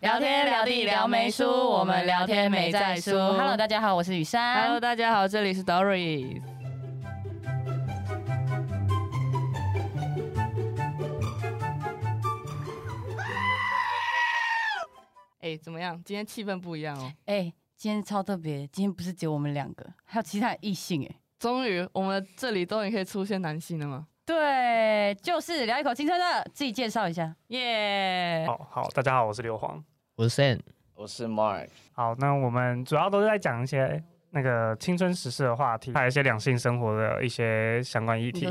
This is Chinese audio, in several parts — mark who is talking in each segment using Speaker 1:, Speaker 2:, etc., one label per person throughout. Speaker 1: 聊天聊地聊没输，我们聊天没在输。Hello，大家好，我是雨珊。
Speaker 2: Hello，大家好，这里是 Doris。哎、怎么样？今天气氛不一样哦。
Speaker 1: 哎、今天超特别，今天不是只有我们两个，还有其他的异性哎、
Speaker 2: 终于，我们这里终于可以出现男性了吗？
Speaker 1: 对，就是聊一口青春的，自己介绍一下。
Speaker 2: 耶、
Speaker 3: 好哦好，大家好，我是硫磺。
Speaker 4: 我是 Sam，
Speaker 5: 我是 Mark，
Speaker 3: 好，那我们主要都是在讲一些那个青春时事的话题，还有一些两性生活的一些相关议题。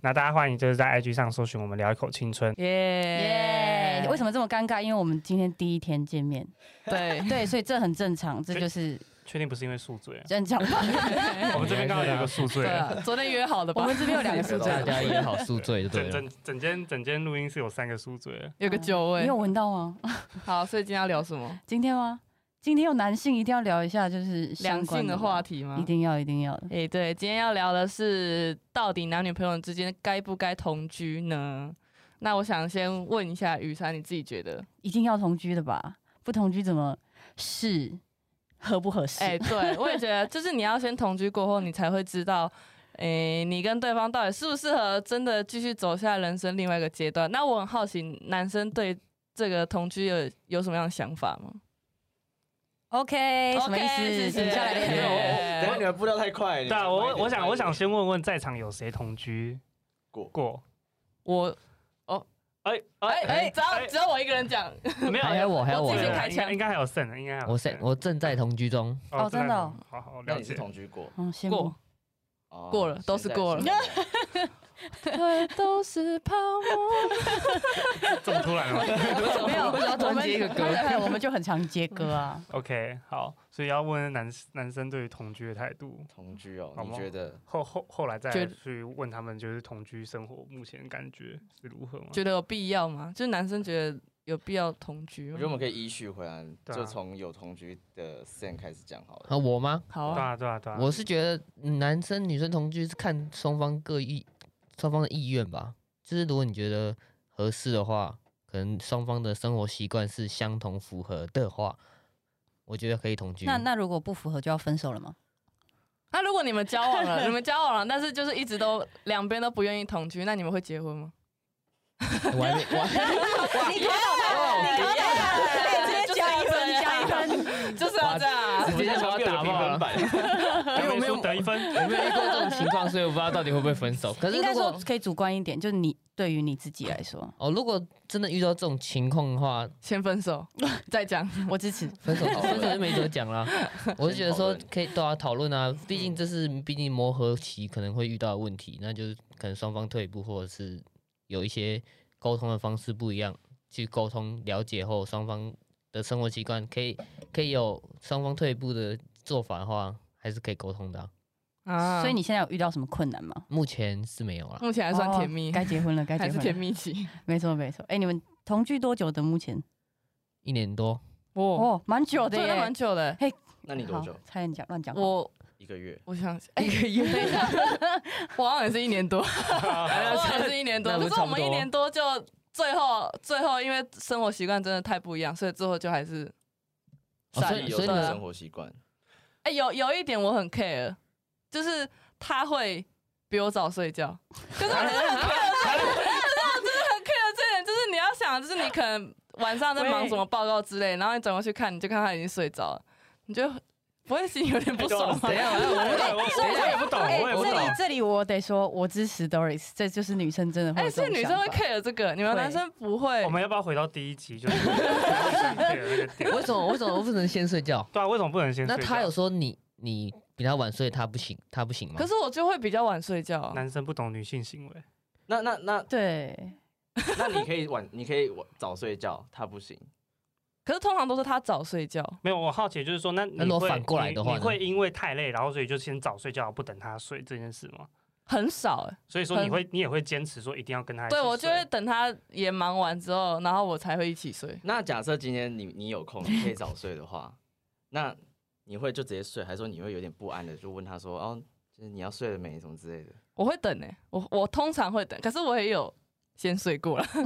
Speaker 3: 那大家欢迎就是在 IG 上搜寻我们聊一口青春。
Speaker 1: 耶
Speaker 2: 耶！
Speaker 1: 为什么这么尴尬？因为我们今天第一天见面，
Speaker 2: 对，
Speaker 1: 对，所以这很正常，这就是？
Speaker 3: 确定不是因为宿醉啊
Speaker 1: 正常。
Speaker 3: 我们这边刚好有一个宿醉
Speaker 2: 对
Speaker 3: 的。
Speaker 2: 啊，昨天约好的
Speaker 1: 我
Speaker 2: 吧？
Speaker 1: 们这边有两 个宿醉
Speaker 4: 哎大，家也好宿醉就对啊
Speaker 3: 整
Speaker 4: 了。
Speaker 3: 整整间整间录音室有三个宿醉啊的。
Speaker 2: 有个酒
Speaker 1: 你
Speaker 2: 味
Speaker 1: 有。闻到吗？
Speaker 2: 好，所以今天要聊什么？
Speaker 1: 今天吗？今天有男性一定要聊一下，就是相
Speaker 2: 两
Speaker 1: 关
Speaker 2: 性的话，题吗
Speaker 1: 一？定要一定要的。
Speaker 2: 哎、对，今天要聊的是到底男女朋友之间该不该同居呢？那我想先问一下雨珊，你自己觉得？
Speaker 1: 一定要同居的吧？不同居怎么是合不合适？
Speaker 2: 哎、对我也觉得，就是你要先同居过后，你才会知道，哎、你跟对方到底适不适合真的继续走下人生另外一个阶段。那我很好奇，男生对这个同居有有什么样的想法吗？
Speaker 1: OK，什么意
Speaker 2: OK，谢
Speaker 1: 思？
Speaker 2: 谢
Speaker 1: 请下来的
Speaker 2: 对
Speaker 1: 人
Speaker 5: 等一下你们步调太快。
Speaker 3: 对啊，我我想我想先问问在场有谁同居
Speaker 5: 过
Speaker 3: 过？
Speaker 2: 我
Speaker 3: 哎
Speaker 2: 哎哎、
Speaker 3: 哎
Speaker 2: 只要只要我一个人讲，
Speaker 3: 哎，没有，
Speaker 4: 还有我，还有
Speaker 2: 我
Speaker 4: 我
Speaker 2: 自，己
Speaker 3: 对
Speaker 2: 开
Speaker 3: 应该
Speaker 2: 枪
Speaker 3: 应该还有剩的，应该还有
Speaker 4: 我
Speaker 3: 剩
Speaker 4: 现我正在同居中，
Speaker 1: 哦真的哦，
Speaker 3: 好好
Speaker 5: 那
Speaker 3: 了
Speaker 5: 你是
Speaker 3: 解。
Speaker 5: 同居过？
Speaker 1: 嗯，羡慕
Speaker 2: 过。
Speaker 5: 哦
Speaker 2: 过了都是过了
Speaker 5: 现在是
Speaker 2: 都是泡沫。
Speaker 3: 这么突然吗
Speaker 1: 没有，我
Speaker 4: 突
Speaker 1: 们
Speaker 4: 然接一个歌
Speaker 1: 对 我们就很常接歌啊。
Speaker 3: ？OK，好，所以要问男男生对于同居的态度。
Speaker 5: 同 居哦，
Speaker 3: 好吗
Speaker 5: 你觉得？
Speaker 3: 后后后来再
Speaker 2: 觉得
Speaker 3: 去问他们，就是同居生活目前感觉是如何吗？
Speaker 2: 觉得有必要吗？就是男生觉得有必要同居
Speaker 5: 我
Speaker 2: 吗
Speaker 5: 觉得我们可以依序回来，
Speaker 3: 对啊
Speaker 5: 就从有同居的 Sam 开始讲好了。
Speaker 4: 啊，我吗？
Speaker 2: 好
Speaker 3: 对
Speaker 2: 啊，
Speaker 3: 啊对啊对啊，
Speaker 4: 我是觉得男生女生同居是看双方各意，双方的意愿吧。就是如果你觉得合适的话，可能双方的生活习惯是相同符合的话，我觉得可以同居。
Speaker 1: 那那如果不符合就要分手了吗？
Speaker 2: 那、如果你们交往了，你们交往了，但是就是一直都两边都不愿意同居，那你们会结婚吗？
Speaker 4: 我还没我还
Speaker 1: 你考到他，你考啊到他，直接加一分，加一分。
Speaker 2: 就是要这样啊、
Speaker 4: 直接就把我打爆了，
Speaker 5: 了。
Speaker 4: 因为我没有
Speaker 3: 输哎得一分，
Speaker 4: 我没有遇过这种情况，所以我不知道到底会不会分手。可是
Speaker 1: 应
Speaker 4: 如
Speaker 1: 该说
Speaker 4: 果
Speaker 1: 可以主观一点，就是你对于你自己来 说，
Speaker 4: 哦，如果真的遇到这种情况的话，
Speaker 2: 先分手再讲。
Speaker 1: 我支持。
Speaker 4: 分 手，
Speaker 5: 讨论
Speaker 4: 分手就没得讲 啦。我是觉得说可以都要讨论啊，毕竟这是毕竟磨合期可能会遇到的问题，那就是可能双方退一步，或者是有一些沟通的方式不一样，去沟通了解后，双方的生活习惯可以可以有双方退一步的做法的话，还是可以沟通的啊、
Speaker 2: 啊
Speaker 1: 所以你现在有遇到什么困难吗？
Speaker 4: 目前是没有啦，
Speaker 2: 目前还算甜蜜，
Speaker 1: 哦该结婚了，该结
Speaker 2: 还
Speaker 1: 婚
Speaker 2: 是
Speaker 1: 了，
Speaker 2: 甜蜜期。
Speaker 1: 没错没错。哎，你们同居多久的？目前
Speaker 4: 一年多，
Speaker 2: 哇，
Speaker 1: 哦，蛮久的
Speaker 2: 真的
Speaker 1: 耶
Speaker 2: 蛮。久的。
Speaker 5: 那你多久
Speaker 1: 好？？差点讲乱讲话。
Speaker 2: 我
Speaker 5: 一个月。
Speaker 2: 我想哎，有点像，我好像也是一年多，
Speaker 3: 啊
Speaker 2: 我 好像哦也是一年多。
Speaker 4: 那不
Speaker 2: 可
Speaker 4: 是
Speaker 2: 是我们
Speaker 4: 差
Speaker 2: 一
Speaker 4: 不多
Speaker 2: 年多就最后最后，因为生活习惯真的太不一样，所以最后就还是
Speaker 4: 哦
Speaker 2: 散
Speaker 4: 所
Speaker 2: 了。
Speaker 4: 以
Speaker 5: 有
Speaker 4: 所以你
Speaker 2: 对啊
Speaker 5: 的生活习惯，
Speaker 2: 哎、有有一点我很 care，就是他会比我早睡觉，可是我真的很 care，这个这点就是你要想，就是你可能晚上在忙什么报告之类，然后你转过去看，你就看他已经睡着了，你就不会心里有点不爽吗
Speaker 4: 怎？样？哎啊我
Speaker 3: 哎
Speaker 4: 哎
Speaker 3: 我我也不懂，我也不
Speaker 1: 哎这
Speaker 3: 懂
Speaker 1: 里。这里我得说，我支持 Doris，这就是女生真的会
Speaker 2: 哎、
Speaker 1: 有这
Speaker 2: 所以
Speaker 1: 种
Speaker 2: 女
Speaker 1: 想法。
Speaker 2: 生会 care 这个，你们
Speaker 1: 会
Speaker 2: 男生不会
Speaker 4: 哎
Speaker 3: 我。们要不要回到第一集？就是 对有那个点
Speaker 4: 为什么为什么我不能先睡觉？
Speaker 3: 对啊，为什么不能先睡
Speaker 4: 那
Speaker 3: 觉？
Speaker 4: 他有说你你比他晚睡，他不行，他不行吗？
Speaker 2: 可是我就会比较晚睡觉啊、
Speaker 3: 男生不懂女性行为，
Speaker 5: 那那那
Speaker 1: 对，
Speaker 5: 那你可以晚，你可以晚早睡觉，他不行。
Speaker 2: 可是通常都是他早睡觉。
Speaker 3: 没有。我好奇就是说，那你
Speaker 4: 那如果
Speaker 3: 会
Speaker 4: 反过来
Speaker 3: 你
Speaker 4: 的话
Speaker 3: 你
Speaker 4: 呢
Speaker 3: 会因为太累，然后所以就先早睡觉，不等他睡这件事吗？
Speaker 2: 很少哎、
Speaker 3: 所以
Speaker 4: 嗯
Speaker 3: 说你会你也会坚持说一定要跟他一起
Speaker 2: 对
Speaker 3: 睡
Speaker 2: 我就会等他也忙完之后，然后我才会一起睡。
Speaker 5: 那假设今天你你有空，你可以早睡的话， 那你会就直接睡，还是说你会有点不安的，就问他说，哦，就是你要睡了没，什么之类的？
Speaker 2: 欸我会等哎、我我通常会等，可是我也有先睡过了， 我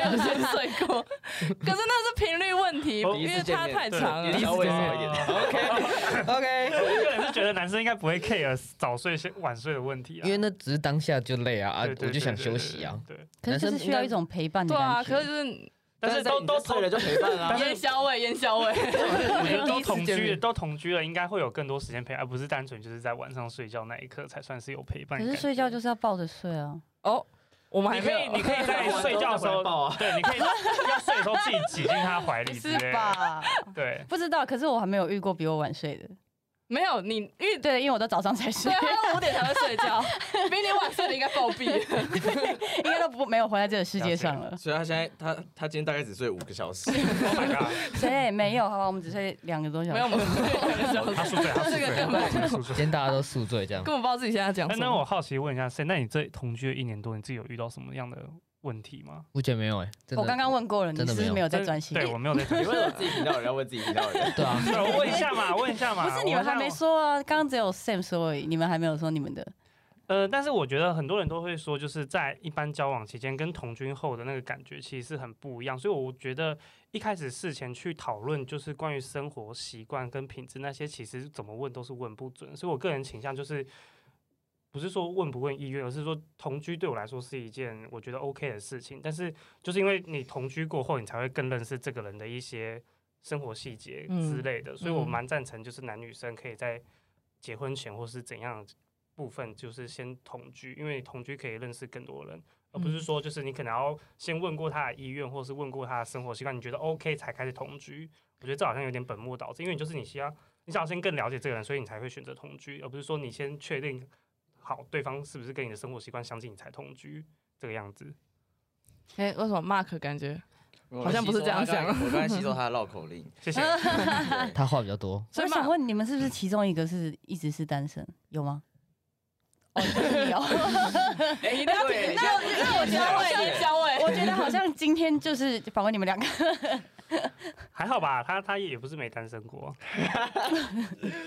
Speaker 2: 有先睡过，可是那是频率问题，
Speaker 5: 哦
Speaker 2: 因为它太长
Speaker 5: 对
Speaker 2: 了
Speaker 5: 第一。
Speaker 3: 啊
Speaker 5: 次见面
Speaker 4: 哦 OK OK，
Speaker 3: 我个人是觉得男生应该不会 care 早睡先晚睡的问题啊，
Speaker 4: 因为那只是当下就累啊啊，
Speaker 3: 对对对
Speaker 4: 我就想
Speaker 3: 对
Speaker 4: 休
Speaker 3: 对
Speaker 4: 息啊。
Speaker 3: 对，对
Speaker 1: 可是就是需要一种陪伴的
Speaker 2: 对啊，
Speaker 1: 感觉。
Speaker 2: 可是就是
Speaker 3: 但是都
Speaker 5: 在
Speaker 3: 都
Speaker 5: 你这睡了就陪伴啦、
Speaker 3: 但是
Speaker 2: 烟消味，烟消味。
Speaker 3: 我觉得都同
Speaker 2: 第一次见
Speaker 3: 居
Speaker 2: 面
Speaker 3: 都同居了，应该会有更多时间陪，而不是单纯就是在晚上睡觉那一刻才算是有陪伴
Speaker 1: 可
Speaker 3: 感。
Speaker 1: 是睡觉就是要抱着睡啊，
Speaker 2: 哦，我们
Speaker 3: 你
Speaker 2: 还
Speaker 3: 可
Speaker 2: 没
Speaker 3: 以
Speaker 2: 有
Speaker 3: 你可以在睡觉的时 候，
Speaker 5: 抱啊，
Speaker 3: 对，你可以要睡的时候自己挤进他怀里之
Speaker 1: 是
Speaker 3: 类的。
Speaker 1: 吧？
Speaker 3: 对，
Speaker 1: 不知道，可是我还没有遇过比我晚睡的。
Speaker 2: 没有你遇对，
Speaker 1: 对，因为我都早上才 睡，
Speaker 2: 他五点才会睡觉，比你晚睡的应该暴毙。
Speaker 1: 应该都不没有活在这个世界上了。
Speaker 5: 所以他现在他他今天大概只睡五个小时，
Speaker 1: 谁没有？好吧，我们只睡两个多小时。
Speaker 2: 没有，我们
Speaker 3: 他宿醉，他宿
Speaker 2: 这
Speaker 3: 醉，
Speaker 2: 个根本
Speaker 3: 他宿
Speaker 4: 今
Speaker 3: 醉。
Speaker 4: 天大家都宿醉这样
Speaker 2: 根，本不知道自己现在讲
Speaker 3: 哎
Speaker 2: 什
Speaker 3: 那我
Speaker 2: 么。
Speaker 3: 好奇问一下，森，那你这同居了一年多，你自己有遇到什么样的问题吗？
Speaker 4: 我觉得没有哎、真的
Speaker 1: 我刚刚问过了，你是
Speaker 4: 真的
Speaker 1: 不是
Speaker 4: 没有
Speaker 1: 没有在专心？
Speaker 3: 对我没有在同
Speaker 5: 你
Speaker 3: 居。
Speaker 5: 为什么自己频道人要问自己频道人？
Speaker 4: 对啊，
Speaker 3: 对我问一下嘛，问一下嘛。
Speaker 1: 不是你们还没
Speaker 3: 我
Speaker 1: 说啊，刚刚只有 Sam 说而已，你们还没有说你们的。
Speaker 3: 呃，但是我觉得很多人都会说，就是在一般交往期间跟同居后的那个感觉其实是很不一样，所以我觉得一开始事前去讨论就是关于生活习惯跟品质那些，其实怎么问都是问不准，所以我个人倾向就是。不是说问不问意愿，而是说同居对我来说是一件我觉得 OK 的事情。但是就是因为你同居过后，你才会更认识这个人的一些生活细节之
Speaker 2: 嗯
Speaker 3: 类的，所以我
Speaker 2: 嗯
Speaker 3: 蛮赞成就是男女生可以在结婚前或是怎样部分，就是先同居，因为你同居可以认识更多人，而不是说就是你可能要先问过他的意愿，或是问过他的生活习惯，你觉得 OK 才开始同居。我觉得这好像有点本末倒置，因为就是你先要你想要先更了解这个人，所以你才会选择同居，而不是说你先确定好对方是不是跟你的生活习惯相近，你才同居这个样子。
Speaker 2: 哎，为什么 Mark 感觉？
Speaker 5: 我
Speaker 2: 好像不是这样想
Speaker 5: 我刚才吸收他的绕口 令，
Speaker 3: 谢 谢。
Speaker 5: 对
Speaker 4: 他话比较多，
Speaker 2: 所
Speaker 1: 我
Speaker 2: 以
Speaker 1: 想
Speaker 2: Mark
Speaker 1: 问你们是不是其中一个是一直是单身，有 吗？哦，有。
Speaker 5: 哎，
Speaker 2: 你一定要
Speaker 5: 对
Speaker 2: 停，那我那我交尾，交尾。
Speaker 1: 我觉得好像今天就是访问你们两个，
Speaker 3: 还好吧，他他也不是没单身过，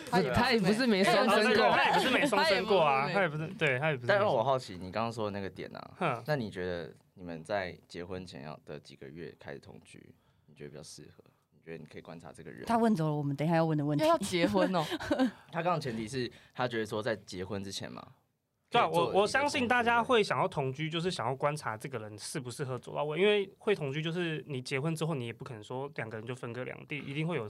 Speaker 5: 他也他
Speaker 4: 也不是没
Speaker 2: 双
Speaker 3: 他
Speaker 2: 生
Speaker 3: 也
Speaker 2: 过
Speaker 3: 他也不是没双生过啊，他
Speaker 2: 他
Speaker 3: 也
Speaker 2: 也
Speaker 3: 不是，对他也不是没双。
Speaker 5: 但让我好奇，你刚刚说的那个点啊，
Speaker 3: 哼，
Speaker 5: 那你觉得你们在结婚前要的几个月开始同居，你觉得比较适合？你觉得你可以观察这个人？
Speaker 1: 他问走了我们等一下要问的问题
Speaker 2: 要。要结婚哦，
Speaker 5: 他刚刚前提是他觉得说在结婚之前嘛，
Speaker 3: 对啊，
Speaker 5: 可以做
Speaker 3: 我
Speaker 5: 一
Speaker 3: 我
Speaker 5: 个
Speaker 3: 相信
Speaker 5: 同居
Speaker 3: 大家
Speaker 5: 的
Speaker 3: 会想要同居，就是想要观察这个人适不适合走到位，因为会同居就是你结婚之后，你也不可能说两个人就分隔两地，一定会有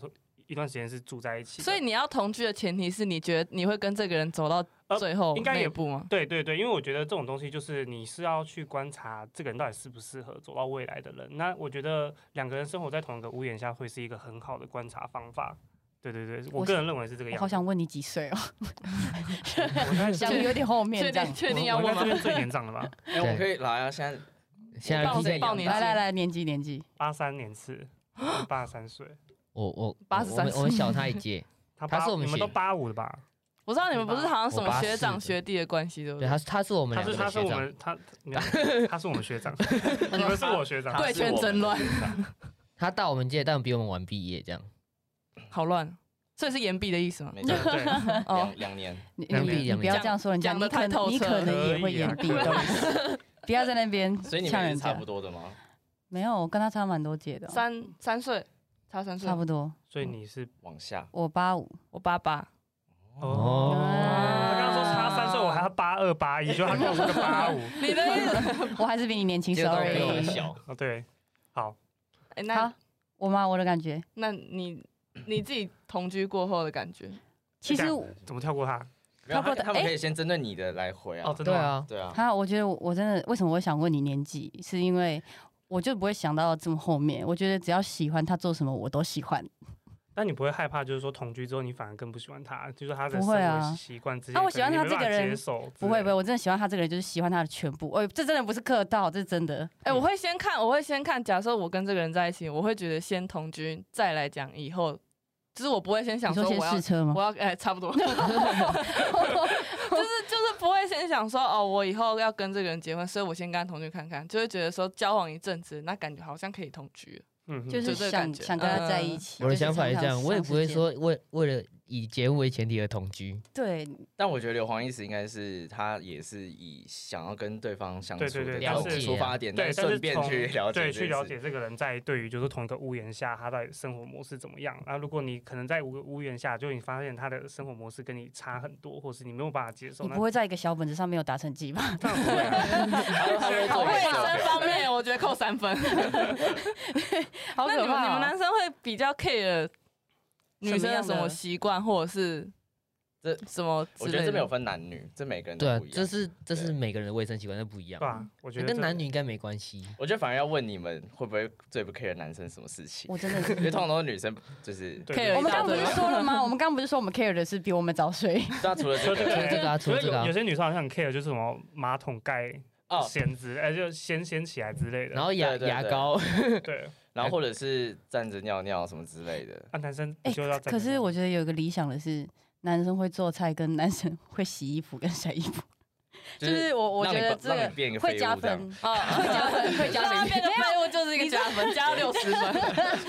Speaker 3: 一段时间是住在一起的。
Speaker 2: 所以你要同居的前提是你觉得你会跟这个人走到最后
Speaker 3: 呃应该
Speaker 2: 那
Speaker 3: 也
Speaker 2: 一步吗？
Speaker 3: 对对对，因为我觉得这种东西就是你是要去观察这个人到底适不适合走到未来的人。那我觉得两个人生活在同一个屋檐下，会是一个很好的观察方法。对对对，我
Speaker 1: 我
Speaker 3: 个人认为是这
Speaker 1: 我
Speaker 3: 个样子。
Speaker 1: 好想问你几岁哦，
Speaker 3: 我 在
Speaker 1: 想有点后面
Speaker 2: 确
Speaker 1: 这样
Speaker 2: 定。确定要
Speaker 3: 我我
Speaker 2: 问
Speaker 3: 在这
Speaker 2: 吗？
Speaker 3: 边最年长了吧？
Speaker 5: 哎，我可以来啊，现在
Speaker 4: 现在
Speaker 2: 报
Speaker 4: 批
Speaker 2: 谁
Speaker 4: 评
Speaker 2: 报
Speaker 4: 你
Speaker 2: 年
Speaker 4: 啊
Speaker 1: 来来来，年纪年纪，
Speaker 3: 八三年次，八三岁，
Speaker 4: 我我
Speaker 2: 83
Speaker 4: 我们我们小他 一届，
Speaker 3: 他
Speaker 4: 他
Speaker 3: 八
Speaker 4: 是我们
Speaker 3: 你们都
Speaker 4: 学
Speaker 3: 八五的吧？
Speaker 2: 我知道你们不是好像什
Speaker 4: 我八
Speaker 2: 么
Speaker 4: 四的
Speaker 2: 学长学弟的关系，对不
Speaker 4: 对，
Speaker 2: 对？
Speaker 4: 他是他是我们
Speaker 3: 他
Speaker 4: 两
Speaker 3: 是
Speaker 4: 个
Speaker 3: 他
Speaker 4: 的
Speaker 3: 是我
Speaker 4: 学长，
Speaker 3: 们 他没有他是我们 学长，你们是我学长，
Speaker 2: 贵圈真乱，
Speaker 4: 他大我们届，但比我们晚毕业这样，
Speaker 2: 好乱，所以是岩壁的意思吗？
Speaker 5: 没
Speaker 3: 对
Speaker 5: 错，
Speaker 3: 对，
Speaker 2: 哦
Speaker 5: 两两年，
Speaker 1: 你
Speaker 3: 两
Speaker 1: 你
Speaker 3: 年
Speaker 1: 你不要
Speaker 2: 讲
Speaker 1: 这样说人家，
Speaker 2: 讲
Speaker 1: 你
Speaker 2: 得
Speaker 1: 可
Speaker 2: 太透
Speaker 1: 能你
Speaker 2: 彻
Speaker 1: 可能也
Speaker 3: 可
Speaker 1: 会
Speaker 3: 以啊
Speaker 1: 眼闭
Speaker 3: 可以
Speaker 1: 的，不要在那边
Speaker 5: 所以你
Speaker 1: 呛
Speaker 5: 们也
Speaker 1: 人
Speaker 5: 是差
Speaker 1: 家
Speaker 5: 不。多的吗？
Speaker 1: 没有，我跟他差蛮多届的哦，
Speaker 2: 三三岁，差三岁，
Speaker 1: 差不多。
Speaker 3: 所以你是
Speaker 5: 往下，
Speaker 1: 我八五，
Speaker 2: 我爸爸。
Speaker 3: 哦。
Speaker 1: 啊
Speaker 3: 他刚刚说差三岁，我还要八二八一，就他跟我说个八 五。
Speaker 2: 你的意思？
Speaker 1: 我还是比你年轻
Speaker 5: 接到比我们
Speaker 1: ，sorry。
Speaker 5: 小，
Speaker 3: 哦，对，好，
Speaker 2: 哎，
Speaker 1: 好
Speaker 2: 那，
Speaker 1: 我吗？我的感觉，
Speaker 2: 那你你自己同居过后的感觉，
Speaker 1: 其实
Speaker 3: 等怎么跳过他？
Speaker 5: 然
Speaker 1: 差不
Speaker 5: 后
Speaker 1: 多
Speaker 5: 他他们可以先针对你的来回
Speaker 3: 哦，
Speaker 5: 啊，
Speaker 3: 真的
Speaker 4: 对
Speaker 3: 吗？
Speaker 4: 啊，
Speaker 5: 对啊，
Speaker 1: 他，我觉得我我真的为什么我想问你年纪，是因为我就不会想到这么后面。我觉得只要喜欢他做什么，我都喜欢。
Speaker 3: 那你不会害怕，就是说同居之后你反而更不喜欢他，就是他
Speaker 1: 不
Speaker 3: 的生
Speaker 1: 会啊
Speaker 3: 活习惯之类。
Speaker 1: 啊我喜欢他这个人
Speaker 3: 接受之
Speaker 1: 不
Speaker 3: 类
Speaker 1: 会不会，，我真的喜欢他这个人，就是喜欢他的全部。哦，这真的不是客套，这是真的。
Speaker 2: 哎、我会先看，我会先看。假设我跟这个人在一起，我会觉得先同居，再来讲以后。就是我不会先
Speaker 1: 你
Speaker 2: 想
Speaker 1: 说先
Speaker 2: 我要
Speaker 1: 试，车吗
Speaker 2: 我？要哎、差 不多，就是就是不会先想说哦，我以后要跟这个人结婚，所以我先跟他同居看看，就会觉得说交往一阵子，那感觉好像可以同居了。
Speaker 3: 嗯，
Speaker 1: 就是
Speaker 2: 就这个
Speaker 1: 想
Speaker 2: 感觉嗯
Speaker 1: 想跟他在一起。
Speaker 4: 我的
Speaker 1: 就是
Speaker 4: 想法是
Speaker 1: 常
Speaker 4: 这
Speaker 1: 常
Speaker 4: 样，我也
Speaker 1: 上
Speaker 4: 不会
Speaker 1: 世界
Speaker 4: 说为为了以结婚为前提而同居，
Speaker 1: 对，
Speaker 5: 但我觉得刘皇意思应该是他也是以想要跟对方相
Speaker 3: 对
Speaker 5: 处
Speaker 3: 对
Speaker 5: 的
Speaker 3: 对
Speaker 5: 角
Speaker 4: 了
Speaker 5: 度
Speaker 4: 解
Speaker 5: 出
Speaker 4: 啊
Speaker 5: 发点，
Speaker 3: 对，但
Speaker 5: 顺
Speaker 3: 是
Speaker 5: 便
Speaker 3: 从
Speaker 5: 去了解
Speaker 3: 对
Speaker 5: 这
Speaker 3: 去
Speaker 5: 件
Speaker 3: 了
Speaker 5: 事
Speaker 3: 解这个人在对于就是同一个屋檐下，他到底生活模式怎么样。那、如果你可能在五个屋檐下，就你发现他的生活模式跟你差很多，或是你没有办法接受，
Speaker 1: 你
Speaker 3: 那
Speaker 1: 不会在一个小本子上面有达成绩吧？
Speaker 3: 当然不会啊
Speaker 5: 他都他都做
Speaker 2: 卫
Speaker 5: 一
Speaker 1: 啊
Speaker 5: 个
Speaker 2: 生方面，我觉得扣三分。
Speaker 1: 好
Speaker 2: 那你
Speaker 1: 可
Speaker 2: 们
Speaker 1: 怕、哦
Speaker 2: 你们男生会比较 care 女生的
Speaker 1: 样
Speaker 2: 什么
Speaker 1: 的
Speaker 2: 习惯，或者是
Speaker 5: 这
Speaker 2: 什么之
Speaker 5: 我
Speaker 2: 类的？
Speaker 5: 觉得这没有分男女，这每个人都
Speaker 4: 对啊
Speaker 5: 不一，样。
Speaker 4: 这是这是
Speaker 5: 对
Speaker 4: 每个人的卫生习惯那不一样
Speaker 3: 对，吧？我觉得
Speaker 4: 跟
Speaker 3: 这啊
Speaker 4: 男女应该没关系。
Speaker 5: 我觉得反而要问你们会不会最不 care 男生什么事情，
Speaker 1: 我真的 是
Speaker 5: 因为通常都是女生，就是
Speaker 3: 对
Speaker 2: care
Speaker 1: 我们
Speaker 2: 一大
Speaker 1: 刚不
Speaker 2: 堆
Speaker 1: 是说了 吗？我们刚不是说我们 care 的是比我们早睡？
Speaker 5: 那除了这
Speaker 3: 说这
Speaker 5: 个
Speaker 3: 个
Speaker 4: 这个啊
Speaker 3: 哎
Speaker 4: 除了这个啊
Speaker 3: 有有些女生好像很 care，就是什么马桶盖
Speaker 5: 哦，
Speaker 3: 掀之，哎，就掀掀起来之类的。
Speaker 4: 然后牙
Speaker 5: 对对
Speaker 4: 牙
Speaker 5: 对
Speaker 4: 膏，
Speaker 3: 对，
Speaker 5: 然后或者是站着尿尿什么之类的，
Speaker 3: 啊，男生不
Speaker 1: 哎、
Speaker 3: 就要站着
Speaker 1: 可是
Speaker 3: 吗
Speaker 1: 我觉得有一个理想的是，男生会做菜，跟男生会洗衣服跟晒衣服，就是我我
Speaker 5: 让
Speaker 1: 觉
Speaker 5: 你
Speaker 1: 得
Speaker 5: 不
Speaker 1: 这
Speaker 5: 让你
Speaker 1: 个
Speaker 5: 变一个
Speaker 1: 会
Speaker 5: 废
Speaker 1: 加
Speaker 5: 物这样
Speaker 1: 分，
Speaker 2: 啊，
Speaker 1: 会加分，会加
Speaker 2: 那
Speaker 1: 分。
Speaker 2: 边的废物就是一个加分，加到六十 分，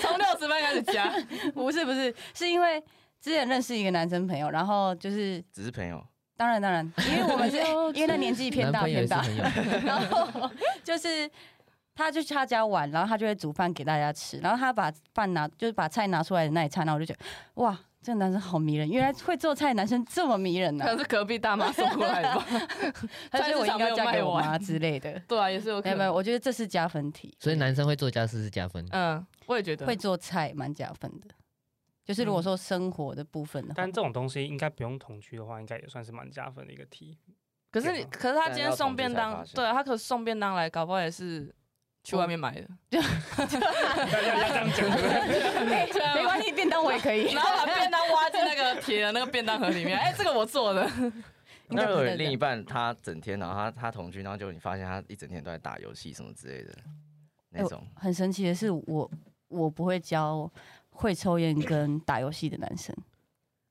Speaker 2: 从六十分开始加。
Speaker 1: 不是不是，是因为之前认识一个男生朋友，然后就是
Speaker 5: 只是朋友，
Speaker 1: 当然当然，因为我 们是因为那年纪 偏
Speaker 4: 男
Speaker 1: 大
Speaker 4: 朋友
Speaker 1: 偏
Speaker 4: 也是
Speaker 1: 大，
Speaker 4: 朋友，
Speaker 1: 然后就是他就去他家玩，然后他就会煮饭给大家吃，然后他把饭拿就是把菜拿出来的那一刹那，我就觉得哇，这个男生好迷人，原来会做菜的男生这么迷人呢、啊
Speaker 2: 可能是隔壁大妈送过来 的吧？
Speaker 1: 他觉得我应该要嫁给我
Speaker 2: 菜市场没有卖
Speaker 1: 妈之类 的。
Speaker 2: 对啊，也是有
Speaker 1: 没
Speaker 2: 可
Speaker 1: 有没有，
Speaker 2: 能。
Speaker 1: 我觉得这是加分题，
Speaker 4: 所以男生会做家事是加
Speaker 3: 啊
Speaker 4: 分。
Speaker 2: 嗯，我也觉
Speaker 5: 啊
Speaker 2: 得
Speaker 1: 会做菜蛮加分的。就是如果说生活的部分的话
Speaker 3: 但，这种东西应该不用同居的话，应该也算是蛮加分的一个题。
Speaker 2: 可是你，可是他今天送便
Speaker 5: 啊但要
Speaker 2: 当
Speaker 5: 从这才发，现
Speaker 2: 对啊，他可是送便当来，搞不好也是去外面买的，
Speaker 3: 要要要这样讲，对不对？
Speaker 1: 没关系，便当我也可以。
Speaker 2: 然后把便当挖进那个铁的那个便当盒里面。哎，这个我做的，
Speaker 1: 应该
Speaker 5: 那
Speaker 1: 不
Speaker 5: 如果
Speaker 1: 能
Speaker 5: 另
Speaker 1: 这
Speaker 5: 一
Speaker 1: 样
Speaker 5: 半他整天，然后他他同居，然后就你发现他一整天都在打游戏什么之类的
Speaker 1: 哎
Speaker 5: 那种，
Speaker 1: 很神奇的是，我我不会教会抽烟跟打游戏的男生。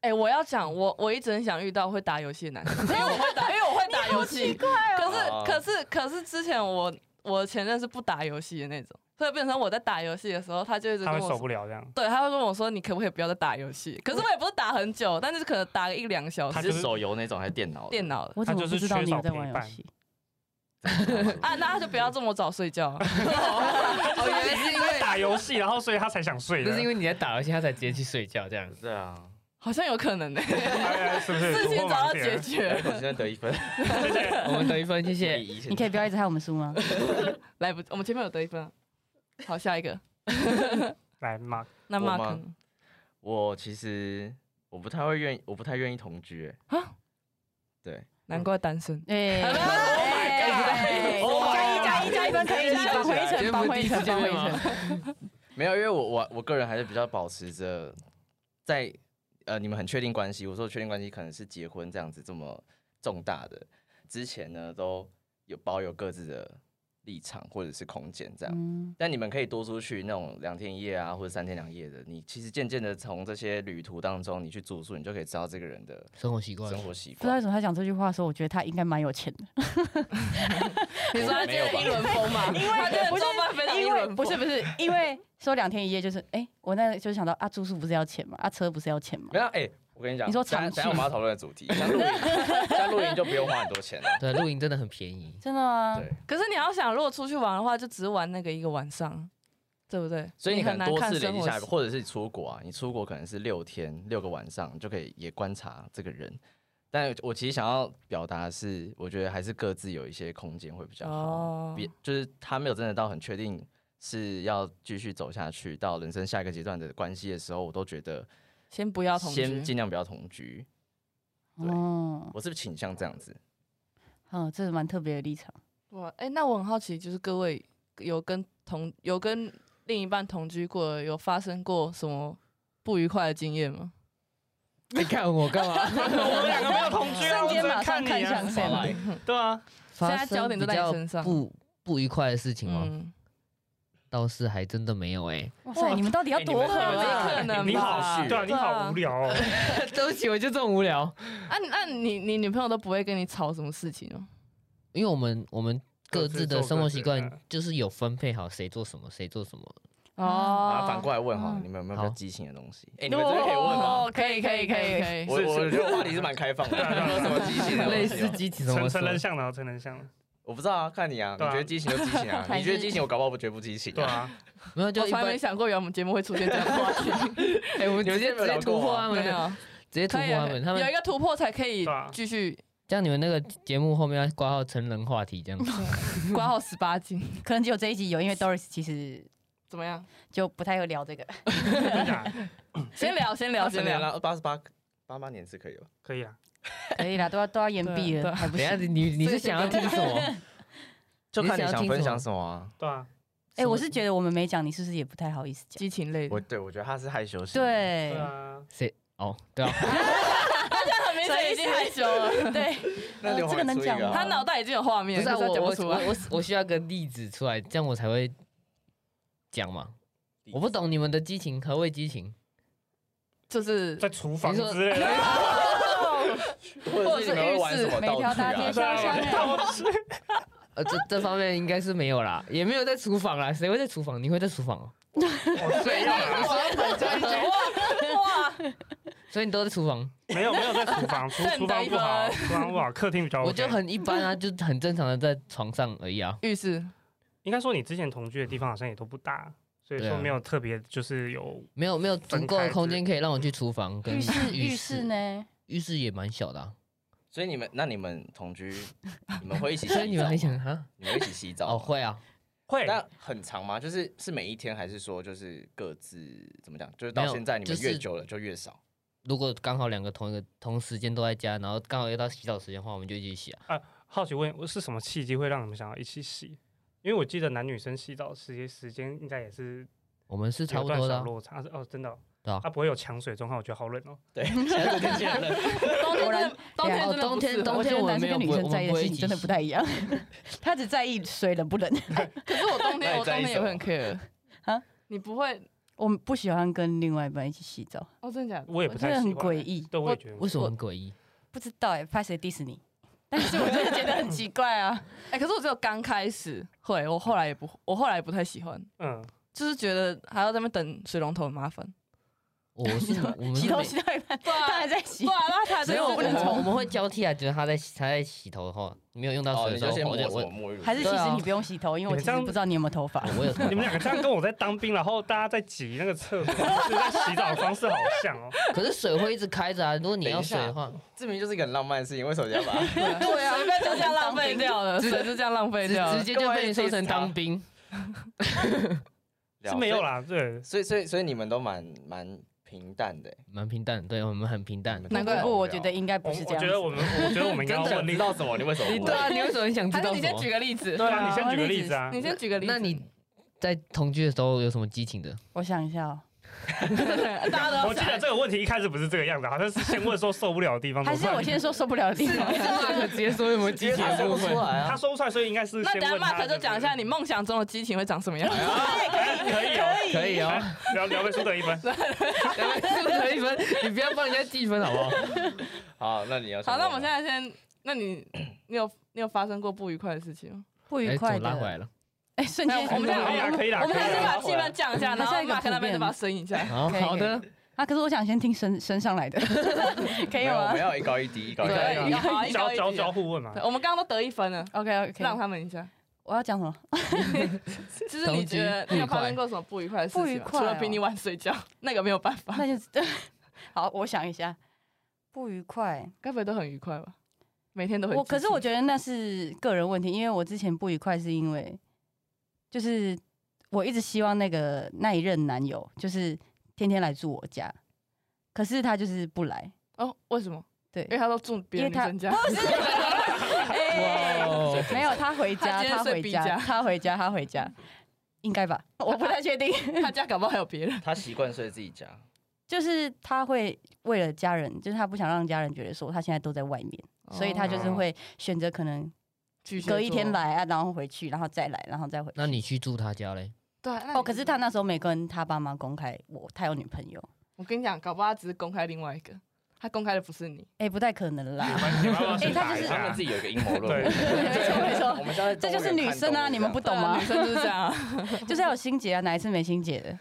Speaker 2: 哎，我要讲，我我一直很想遇到会打游戏的男生，因为我会打，因为我会打游戏。
Speaker 5: 哦
Speaker 2: 可是可是可是之前我我前任是不打游戏的那种，所以变成我在打游戏的时候，他就一直
Speaker 3: 他
Speaker 2: 跟
Speaker 3: 会
Speaker 2: 我
Speaker 3: 受
Speaker 2: 说。
Speaker 3: 不了这样。
Speaker 2: 对，他会跟我说：“你可不可以不要再打游戏？”可是我也不是打很久，但是可能打个一两个小
Speaker 3: 他
Speaker 2: 时
Speaker 5: 是
Speaker 3: 就是
Speaker 5: 手游那种还是电脑的？
Speaker 2: 电脑的
Speaker 1: 我怎
Speaker 3: 他
Speaker 1: 么
Speaker 3: 就
Speaker 1: 不
Speaker 3: 是
Speaker 1: 知道
Speaker 3: 缺
Speaker 1: 你
Speaker 3: 少
Speaker 1: 有在
Speaker 3: 陪
Speaker 1: 玩游
Speaker 3: 伴
Speaker 1: 戏？
Speaker 2: 啊，那他就不要这么早睡觉啊。
Speaker 4: 哦，原来是因为
Speaker 3: 打游戏，然后所以他才想睡的
Speaker 4: 那是。因为你在打游戏，他才直接去睡觉这样。
Speaker 5: 对啊，
Speaker 2: 好像有可能呢、欸，
Speaker 3: 哎是 不是？
Speaker 2: 事
Speaker 3: 突
Speaker 2: 情
Speaker 3: 破
Speaker 2: 找到
Speaker 3: 盲
Speaker 2: 解
Speaker 3: 点。
Speaker 5: 哎
Speaker 2: 决，
Speaker 5: 我现在得一分，
Speaker 4: 我们得一分，谢谢。
Speaker 5: 你
Speaker 1: 你可以不要一直害我们输吗？
Speaker 2: 来不，我们前面有得一分啊、好，下一个，
Speaker 3: 来嘛，
Speaker 2: 那
Speaker 5: 我
Speaker 2: Mark
Speaker 5: 吗
Speaker 2: 呢
Speaker 5: 我其实我不太会愿意，我不太愿意同居、欸。
Speaker 2: 啊
Speaker 5: 对，
Speaker 2: 难怪单身。
Speaker 1: 哎
Speaker 2: Oh my
Speaker 3: god！
Speaker 1: 加一加一加一分可以，
Speaker 2: 加一
Speaker 1: 返回一
Speaker 4: 今
Speaker 1: 层，
Speaker 4: 天不
Speaker 1: 返
Speaker 4: 是
Speaker 1: 回
Speaker 4: 第
Speaker 1: 一
Speaker 4: 一次
Speaker 1: 层，
Speaker 4: 见
Speaker 1: 返回
Speaker 4: 面
Speaker 1: 一
Speaker 4: 吗
Speaker 1: 层。？
Speaker 5: 没有，因为我我我个人还是比较保持着在呃你们很确定关系，我说确定关系可能是结婚这样子这么重大的之前呢，都有保有各自的立场或者是空间这样。
Speaker 1: 嗯，
Speaker 5: 但你们可以多出去那种两天一夜啊，或者三天两夜的。你其实渐渐的从这些旅途当中，你去住宿，你就可以知道这个人的
Speaker 4: 生活习惯，
Speaker 5: 生活习
Speaker 1: 不知
Speaker 3: 啊
Speaker 1: 道为
Speaker 5: 惯。
Speaker 1: 什么他讲这句话的时候，我觉得他应该蛮有钱的。
Speaker 2: 你说他今天一轮风 嘛？因为他今天
Speaker 1: 不是
Speaker 2: 装扮非常一
Speaker 1: 因为
Speaker 2: 轮风，
Speaker 1: 不是不是，因为说两天一夜就是，哎、我那就想到啊，住宿不是要钱吗？啊，车不是要钱吗
Speaker 5: 没？有哎、我跟你讲，
Speaker 1: 你说
Speaker 5: 等下
Speaker 1: 常
Speaker 5: 等下我们要讨论的主题，像 露营，像露营就不用花很多钱了。
Speaker 4: 对，露营真的很便宜。
Speaker 1: 真的吗？
Speaker 5: 对，
Speaker 2: 可是你要想，如果出去玩的话，就只玩那个一个晚上，对不对？
Speaker 5: 所以你可
Speaker 2: 很
Speaker 5: 能
Speaker 2: 难
Speaker 5: 多
Speaker 2: 看
Speaker 5: 次
Speaker 2: 生
Speaker 5: 联系
Speaker 2: 活
Speaker 5: 下来，
Speaker 2: 习
Speaker 5: 或者是你出国啊，你出国可能是六天六个晚上，你就可以也观察这个人。但我其实想要表达的是，我觉得还是各自有一些空间会比较好。
Speaker 2: 哦
Speaker 5: 别、就是他没有真的到很确定是要继续走下去到人生下一个阶段的关系的时候，我都觉得
Speaker 2: 先不要同
Speaker 5: 先
Speaker 2: 居。
Speaker 5: 尽量不要同居。对
Speaker 1: 哦，
Speaker 5: 我是倾向这样子。
Speaker 1: 嗯，这是蛮特别的立场。
Speaker 2: 哇，哎、那我很好奇，就是各位有跟同有跟另一半同居过的，有发生过什么不愉快的经验吗？
Speaker 4: 你看我干 嘛？
Speaker 3: 我们两个没有同居啊，
Speaker 1: 瞬
Speaker 3: 我只
Speaker 1: 间
Speaker 3: 能
Speaker 1: 马上
Speaker 3: 看
Speaker 1: 看
Speaker 3: 你
Speaker 1: 向
Speaker 3: 啊。
Speaker 1: 谁嘛？
Speaker 3: 对啊，
Speaker 2: 现在
Speaker 4: 发生
Speaker 2: 焦点都在你身上
Speaker 4: 比较不不愉快的事情吗？
Speaker 2: 嗯，
Speaker 4: 倒是还真的没有哎。
Speaker 1: 哇塞，你们到底要
Speaker 3: 哎你
Speaker 1: 多
Speaker 3: 们
Speaker 1: 合
Speaker 3: 你们
Speaker 1: 啊？
Speaker 2: 这可能
Speaker 3: 你
Speaker 2: 吧
Speaker 3: 好虚，对啊，你
Speaker 2: 对啊
Speaker 3: 好无聊 哦。
Speaker 4: 对不起，我就这么无聊。
Speaker 2: 啊，你那你你女朋友都不会跟你吵什么事情哦？
Speaker 4: 因为我们我们各自的生活
Speaker 3: 各自
Speaker 4: 习嗯
Speaker 3: 做各
Speaker 4: 惯
Speaker 3: 自的
Speaker 4: 就是有分配好谁做什么，谁做什么。
Speaker 2: 哦
Speaker 5: 然后反过来问哈
Speaker 1: 哦，
Speaker 5: 你们有没有比较
Speaker 4: 好
Speaker 5: 激情的东西？哎，你们真的可以问吗？
Speaker 2: 哦可以可以可以可以。
Speaker 5: 我
Speaker 3: 是
Speaker 5: 我
Speaker 3: 是
Speaker 5: 觉得话题是蛮开放的，
Speaker 3: 对啊对啊
Speaker 5: 没有什么激情的
Speaker 4: 类
Speaker 5: 东西
Speaker 4: 似
Speaker 5: 哦。
Speaker 4: 激情怎
Speaker 3: 成
Speaker 4: 么
Speaker 3: 成
Speaker 4: 说？
Speaker 3: 人像的啊，成人 像的，
Speaker 5: 我不知道啊，看你啊，你
Speaker 3: 对啊
Speaker 5: 觉得激情就激情啊，
Speaker 1: 还是
Speaker 5: 你觉得激情，我搞不好不觉得不激情
Speaker 3: 对。啊，
Speaker 4: 没有
Speaker 2: 我
Speaker 4: 就一
Speaker 2: 从来
Speaker 4: 般
Speaker 2: 没，想过，原来我们节目会出现这样的话题，
Speaker 4: 哎，我们
Speaker 5: 你
Speaker 4: 直
Speaker 5: 们
Speaker 4: 接直
Speaker 5: 之前有
Speaker 4: 接
Speaker 5: 聊
Speaker 4: 突
Speaker 5: 过
Speaker 4: 破
Speaker 5: 啊
Speaker 4: 他们
Speaker 2: 没
Speaker 4: 的，
Speaker 2: 有，
Speaker 4: 直接突
Speaker 2: 可
Speaker 4: 破
Speaker 2: 以啊
Speaker 4: 他们，他
Speaker 2: 有一
Speaker 4: 们
Speaker 2: 个突破才可以
Speaker 3: 对啊
Speaker 2: 继续
Speaker 4: 这样你们那个节目后面要挂号成人话题这样子。
Speaker 2: 挂号十八禁，
Speaker 1: 可能只有这一集有，因为 Doris 其实
Speaker 2: 怎么样？
Speaker 1: 就不太会聊 这个。
Speaker 3: 真的假的
Speaker 2: 先聊，先聊，
Speaker 5: 他
Speaker 2: 先
Speaker 5: 成年
Speaker 2: 聊。
Speaker 5: 了，八十八八八年是可以吧？
Speaker 3: 可以啊，
Speaker 1: 可以啦，都要都要言毕
Speaker 2: 对
Speaker 1: 了，
Speaker 2: 啊
Speaker 1: 还不
Speaker 4: 等一下
Speaker 1: 行。
Speaker 4: 你你是想要听 什么？
Speaker 5: 就看你
Speaker 4: 你想要
Speaker 5: 想
Speaker 4: 听
Speaker 5: 分
Speaker 4: 什么
Speaker 5: 享什么啊。
Speaker 3: 对啊，
Speaker 1: 哎，我是觉得我们没讲，你是不是也不太好意思讲？
Speaker 2: 激情类的
Speaker 5: 我，对我觉得他是害羞型，，
Speaker 3: 对
Speaker 1: 对，
Speaker 3: 啊，
Speaker 4: 谁？哦，对啊，
Speaker 2: 很明
Speaker 1: 所以
Speaker 2: 显
Speaker 1: 已
Speaker 2: 已
Speaker 1: 经
Speaker 2: 经
Speaker 1: 害
Speaker 2: 害
Speaker 1: 羞
Speaker 2: 羞
Speaker 1: 了
Speaker 2: 了。
Speaker 1: 对，
Speaker 5: 那刘
Speaker 1: 这个
Speaker 5: 海
Speaker 1: 能
Speaker 5: 出一
Speaker 1: 讲
Speaker 5: 个
Speaker 1: 吗
Speaker 5: 啊
Speaker 2: 他脑袋已经有画
Speaker 4: 不
Speaker 2: 面，
Speaker 4: 是啊，
Speaker 2: 可
Speaker 4: 我
Speaker 2: 他讲
Speaker 4: 我
Speaker 2: 不出
Speaker 4: 我
Speaker 2: 来。
Speaker 4: 我我需要个例子出来，这样我才会讲嘛。我不懂你们的激情，何谓激情？
Speaker 2: 就是
Speaker 3: 在厨房
Speaker 4: 你说
Speaker 3: 之类 的，
Speaker 1: 哦
Speaker 5: 或者是你们会玩什么
Speaker 1: 每
Speaker 5: 道具
Speaker 1: 条大街
Speaker 5: 啊？
Speaker 1: 小
Speaker 3: 对
Speaker 1: 巷哎
Speaker 3: 啊，我是
Speaker 4: 呃，这这方面应该是没有啦，也没有在厨房啦，谁会在厨房？你会在厨房哦，
Speaker 3: 我谁要啊？
Speaker 2: 哇，
Speaker 4: 所以你都在厨房，
Speaker 3: 没有没有在厨房， 厨
Speaker 2: 那你
Speaker 3: 厨房
Speaker 2: 得一
Speaker 3: 不好，
Speaker 2: 分
Speaker 3: 厨房 不好，客厅比较哦 OK。
Speaker 4: 我就很一般啊，就很正常的在床上而已啊。
Speaker 2: 浴室
Speaker 3: 应该说你之前同居的地方好像也都不大，所以
Speaker 4: 对啊
Speaker 3: 说没有特别就是有
Speaker 4: 没有没有足够的空间可以让我去厨房跟
Speaker 1: 浴室浴
Speaker 4: 浴
Speaker 1: 室，呢？
Speaker 4: 浴室也蛮小的、啊，
Speaker 5: 所以你们那你们同居，你们会一起洗澡
Speaker 4: 所
Speaker 5: 吗？
Speaker 4: 以你们很想哈？
Speaker 5: 你们一起洗澡吗
Speaker 4: 哦，会啊，
Speaker 3: 会
Speaker 5: 那很长吗？就是是每一天，还是说就是各自怎么讲？就
Speaker 4: 没
Speaker 5: 是到
Speaker 4: 有
Speaker 5: 现在你
Speaker 4: 就
Speaker 5: 们
Speaker 4: 是
Speaker 5: 越久了就越少。
Speaker 4: 如果刚好两个同一个同时间都在家，然后刚好要到洗澡时间的话，我们就一起洗啊。
Speaker 3: 好奇问是什么契机会让你们想要一起洗？因为我记得男女生洗澡时间时间应该也是
Speaker 4: 我们是差
Speaker 3: 有
Speaker 4: 不
Speaker 3: 段
Speaker 4: 多的
Speaker 3: 小
Speaker 4: 啊、
Speaker 3: 落差是哦，真的哦，
Speaker 4: 对啊
Speaker 3: 它不会有强水状况，我觉得好冷哦。
Speaker 5: 对，现在这天气很冷，
Speaker 2: 冬天
Speaker 1: 果然
Speaker 2: 真的冬天
Speaker 1: 啊
Speaker 2: 真的
Speaker 4: 冬
Speaker 2: 不
Speaker 4: 天
Speaker 2: 是
Speaker 4: 冬
Speaker 1: 我觉得
Speaker 4: 我
Speaker 1: 男生
Speaker 4: 没有
Speaker 1: 跟女
Speaker 4: 不会
Speaker 1: 生
Speaker 4: 我
Speaker 1: 在意的
Speaker 4: 不会
Speaker 1: 事
Speaker 4: 一
Speaker 1: 情
Speaker 4: 起
Speaker 1: 真的不太一样， 他只在意水冷不冷。
Speaker 2: 可是我冬天，我冬
Speaker 5: 那你在意
Speaker 2: 天也会很 care
Speaker 1: 啊。
Speaker 2: 你不会？
Speaker 1: 我们不喜欢跟另外一半一起洗澡，
Speaker 2: 哦，真的假的？
Speaker 3: 我也不
Speaker 1: 我觉
Speaker 3: 太
Speaker 1: 得很
Speaker 3: 喜欢
Speaker 1: 诡
Speaker 3: 欸，
Speaker 1: 异。
Speaker 3: 对，我
Speaker 2: 我
Speaker 3: 也觉得
Speaker 4: 为什么很诡异？
Speaker 1: 不知道哎，拍谁 diss 你？但是我真的觉得很 奇怪啊。
Speaker 2: 哎，可是我只有刚开始会，我后来也不，我后来也不太喜欢，
Speaker 3: 嗯，
Speaker 2: 就是觉得还要在那边等水龙头很麻烦。
Speaker 4: 我是我们
Speaker 1: 洗头
Speaker 4: 是
Speaker 1: 洗到一半，
Speaker 2: 对啊
Speaker 1: 他还在洗
Speaker 2: 对，啊，那他
Speaker 4: 没
Speaker 2: 真
Speaker 4: 有，
Speaker 2: 的
Speaker 4: 我
Speaker 2: 不
Speaker 4: 们
Speaker 2: 能
Speaker 4: 我
Speaker 2: 冲。
Speaker 4: 们会交替啊，就是他在洗他在洗头的话，没有用到
Speaker 5: 哦，
Speaker 4: 水的
Speaker 5: 你
Speaker 4: 时
Speaker 5: 就
Speaker 4: 候，
Speaker 5: 先
Speaker 4: 我
Speaker 5: 抹
Speaker 4: 就
Speaker 5: 什
Speaker 4: 我
Speaker 5: 么沐浴乳？
Speaker 1: 还是其
Speaker 4: 对
Speaker 1: 实
Speaker 4: 啊
Speaker 1: 你不用洗头，因为我
Speaker 3: 你
Speaker 1: 其
Speaker 3: 这
Speaker 1: 实
Speaker 3: 样
Speaker 1: 不知道你有没有头 发。
Speaker 4: 我有头
Speaker 3: 你们
Speaker 4: 发，
Speaker 3: 两个这样跟我在当兵，然后大家在挤那个厕所，就是在洗澡的方式好像哦。
Speaker 4: 可是水会一直开着啊。如果你要水的话，
Speaker 5: 这明明就是一个很浪漫的事情，为什么你要把它？
Speaker 2: 对啊，就这样浪费掉了，水就这样浪费
Speaker 4: 直
Speaker 2: 掉
Speaker 4: 直
Speaker 2: 了。
Speaker 4: 接就啊被你说成当兵。
Speaker 3: 是没有啦，对，
Speaker 5: 所以，所以所以所以你们都蛮蛮平淡的欸。
Speaker 4: 蛮平淡，对我们很平淡。
Speaker 1: 难怪
Speaker 5: 不
Speaker 1: 不，我觉得应该
Speaker 3: 我
Speaker 1: 不
Speaker 3: 我
Speaker 1: 是这样
Speaker 3: 觉
Speaker 1: 子。
Speaker 3: 得我们，我觉得我们应该要问
Speaker 5: 你
Speaker 3: 另
Speaker 5: 知道什么？你为什么不
Speaker 4: 对
Speaker 5: 问？
Speaker 4: 啊，你为什么很想知
Speaker 2: 还是
Speaker 4: 道
Speaker 2: 你
Speaker 4: 什
Speaker 2: 先举
Speaker 4: 么？
Speaker 2: 个例子，
Speaker 3: 对啊，你先举
Speaker 1: 例
Speaker 3: 个例
Speaker 1: 子
Speaker 3: 子啊，
Speaker 2: 你先举个例子。
Speaker 4: 那你在同居的时候有什么激情的？
Speaker 1: 我想一下哦，
Speaker 2: 大家都
Speaker 3: 我
Speaker 2: 要
Speaker 3: 记得
Speaker 2: 想
Speaker 3: 这个问题一开始不是这个样子，好像是先问说受不了的地方，
Speaker 1: 还是我先说受不了的地方。
Speaker 4: 可直接说有没有
Speaker 5: 因为他说不出来
Speaker 3: 他
Speaker 5: 啊。
Speaker 3: 说不出来，所以应该是
Speaker 2: 那
Speaker 3: 先
Speaker 2: 等下
Speaker 3: 问
Speaker 2: 马
Speaker 3: 他。
Speaker 2: 克就讲一下你梦想中的激情会长什么样。
Speaker 3: 可以可以哦，
Speaker 4: 可以哦，
Speaker 3: 聊聊个输得一分，
Speaker 4: 得一分，你不要帮人家计分好不好？
Speaker 5: 好，那你要
Speaker 2: 好，那我们现在先，那你你有你有发生过不愉快的事情吗？
Speaker 1: 不愉
Speaker 4: 哎，怎
Speaker 1: 快
Speaker 4: 么拉回
Speaker 1: 的，
Speaker 4: 来了？
Speaker 1: 哎，瞬间
Speaker 2: 我们现在
Speaker 3: 可以啦可以啦
Speaker 2: 我们现在
Speaker 3: 可以啊
Speaker 2: 先
Speaker 3: 啦
Speaker 2: 把气氛降一下，然
Speaker 1: 还
Speaker 2: 后
Speaker 1: 是有一个
Speaker 2: 马克那边
Speaker 1: 普遍
Speaker 2: 就把它升一下。
Speaker 4: 好
Speaker 1: 可以
Speaker 4: 好的，
Speaker 1: 啊，可是我想先听升升上来的，可以
Speaker 5: 没有，我
Speaker 1: 吗
Speaker 5: 们要一高一低，一高一
Speaker 3: 对
Speaker 5: 低。
Speaker 3: 啊
Speaker 2: 要好一高
Speaker 3: 交
Speaker 2: 一
Speaker 3: 交
Speaker 2: 低
Speaker 3: 交互问嘛
Speaker 2: 对。我们刚刚都得一分了，
Speaker 1: ？OK OK，
Speaker 2: 让他们 一下。
Speaker 1: 我要讲什么？
Speaker 2: 就是你觉得你有发生过什么不愉快的事
Speaker 1: 不愉
Speaker 2: 情吗？
Speaker 1: 快哦
Speaker 2: 除了比你晚睡觉，那个没有办法，
Speaker 1: 那就 好，我想一下，不愉快。
Speaker 2: 该不会都很愉快吧？每天都很
Speaker 1: 我
Speaker 2: 激情。
Speaker 1: 可是我觉得那是个人问题，因为我之前不愉快是因为，就是我一直希望那个那一任男友就是天天来住我家，可是他就是不来。
Speaker 2: 哦，为什么？
Speaker 1: 对
Speaker 2: 因为他都住别人女生家，
Speaker 1: 哎
Speaker 4: 哇
Speaker 1: 没有，他回
Speaker 2: 他
Speaker 1: 家，
Speaker 2: 今天
Speaker 1: 他
Speaker 2: 睡
Speaker 1: 回
Speaker 2: B
Speaker 1: 家，
Speaker 2: 家
Speaker 1: 他回家，他回家，应该 吧？我不太确定。
Speaker 2: 他家搞不好还有别人。
Speaker 5: 他习惯睡自己家，
Speaker 1: 就是他会为了家人，就是他不想让家人觉得说他现在都在外面， 所以他就是
Speaker 2: 哦
Speaker 1: 会选择可能
Speaker 2: 巨蟹座
Speaker 1: 隔一天。来啊，然后回去，然后再来，然后再回去。
Speaker 4: 那你去住他家嘞？
Speaker 2: 对啊，那你
Speaker 1: 哦，可是他那时候没跟他爸妈公开我他有女朋友，
Speaker 2: 我跟你讲，搞不好他只是公开另外一个，他公开的不是你，
Speaker 1: 哎、不太可能 啦。
Speaker 3: 你们要不要
Speaker 1: 哎
Speaker 3: 先
Speaker 1: 他
Speaker 3: 打
Speaker 1: 就
Speaker 3: 一
Speaker 1: 是
Speaker 5: 他们
Speaker 3: 下
Speaker 5: 自？己有一个阴谋论
Speaker 3: 对，
Speaker 1: 没错没错
Speaker 5: 我们现在
Speaker 1: 这就是女生啊，你们不懂
Speaker 2: 对啊
Speaker 1: 吗
Speaker 2: 女？生就是这样啊。
Speaker 1: 就是要有心结啊，哪一次没心结的？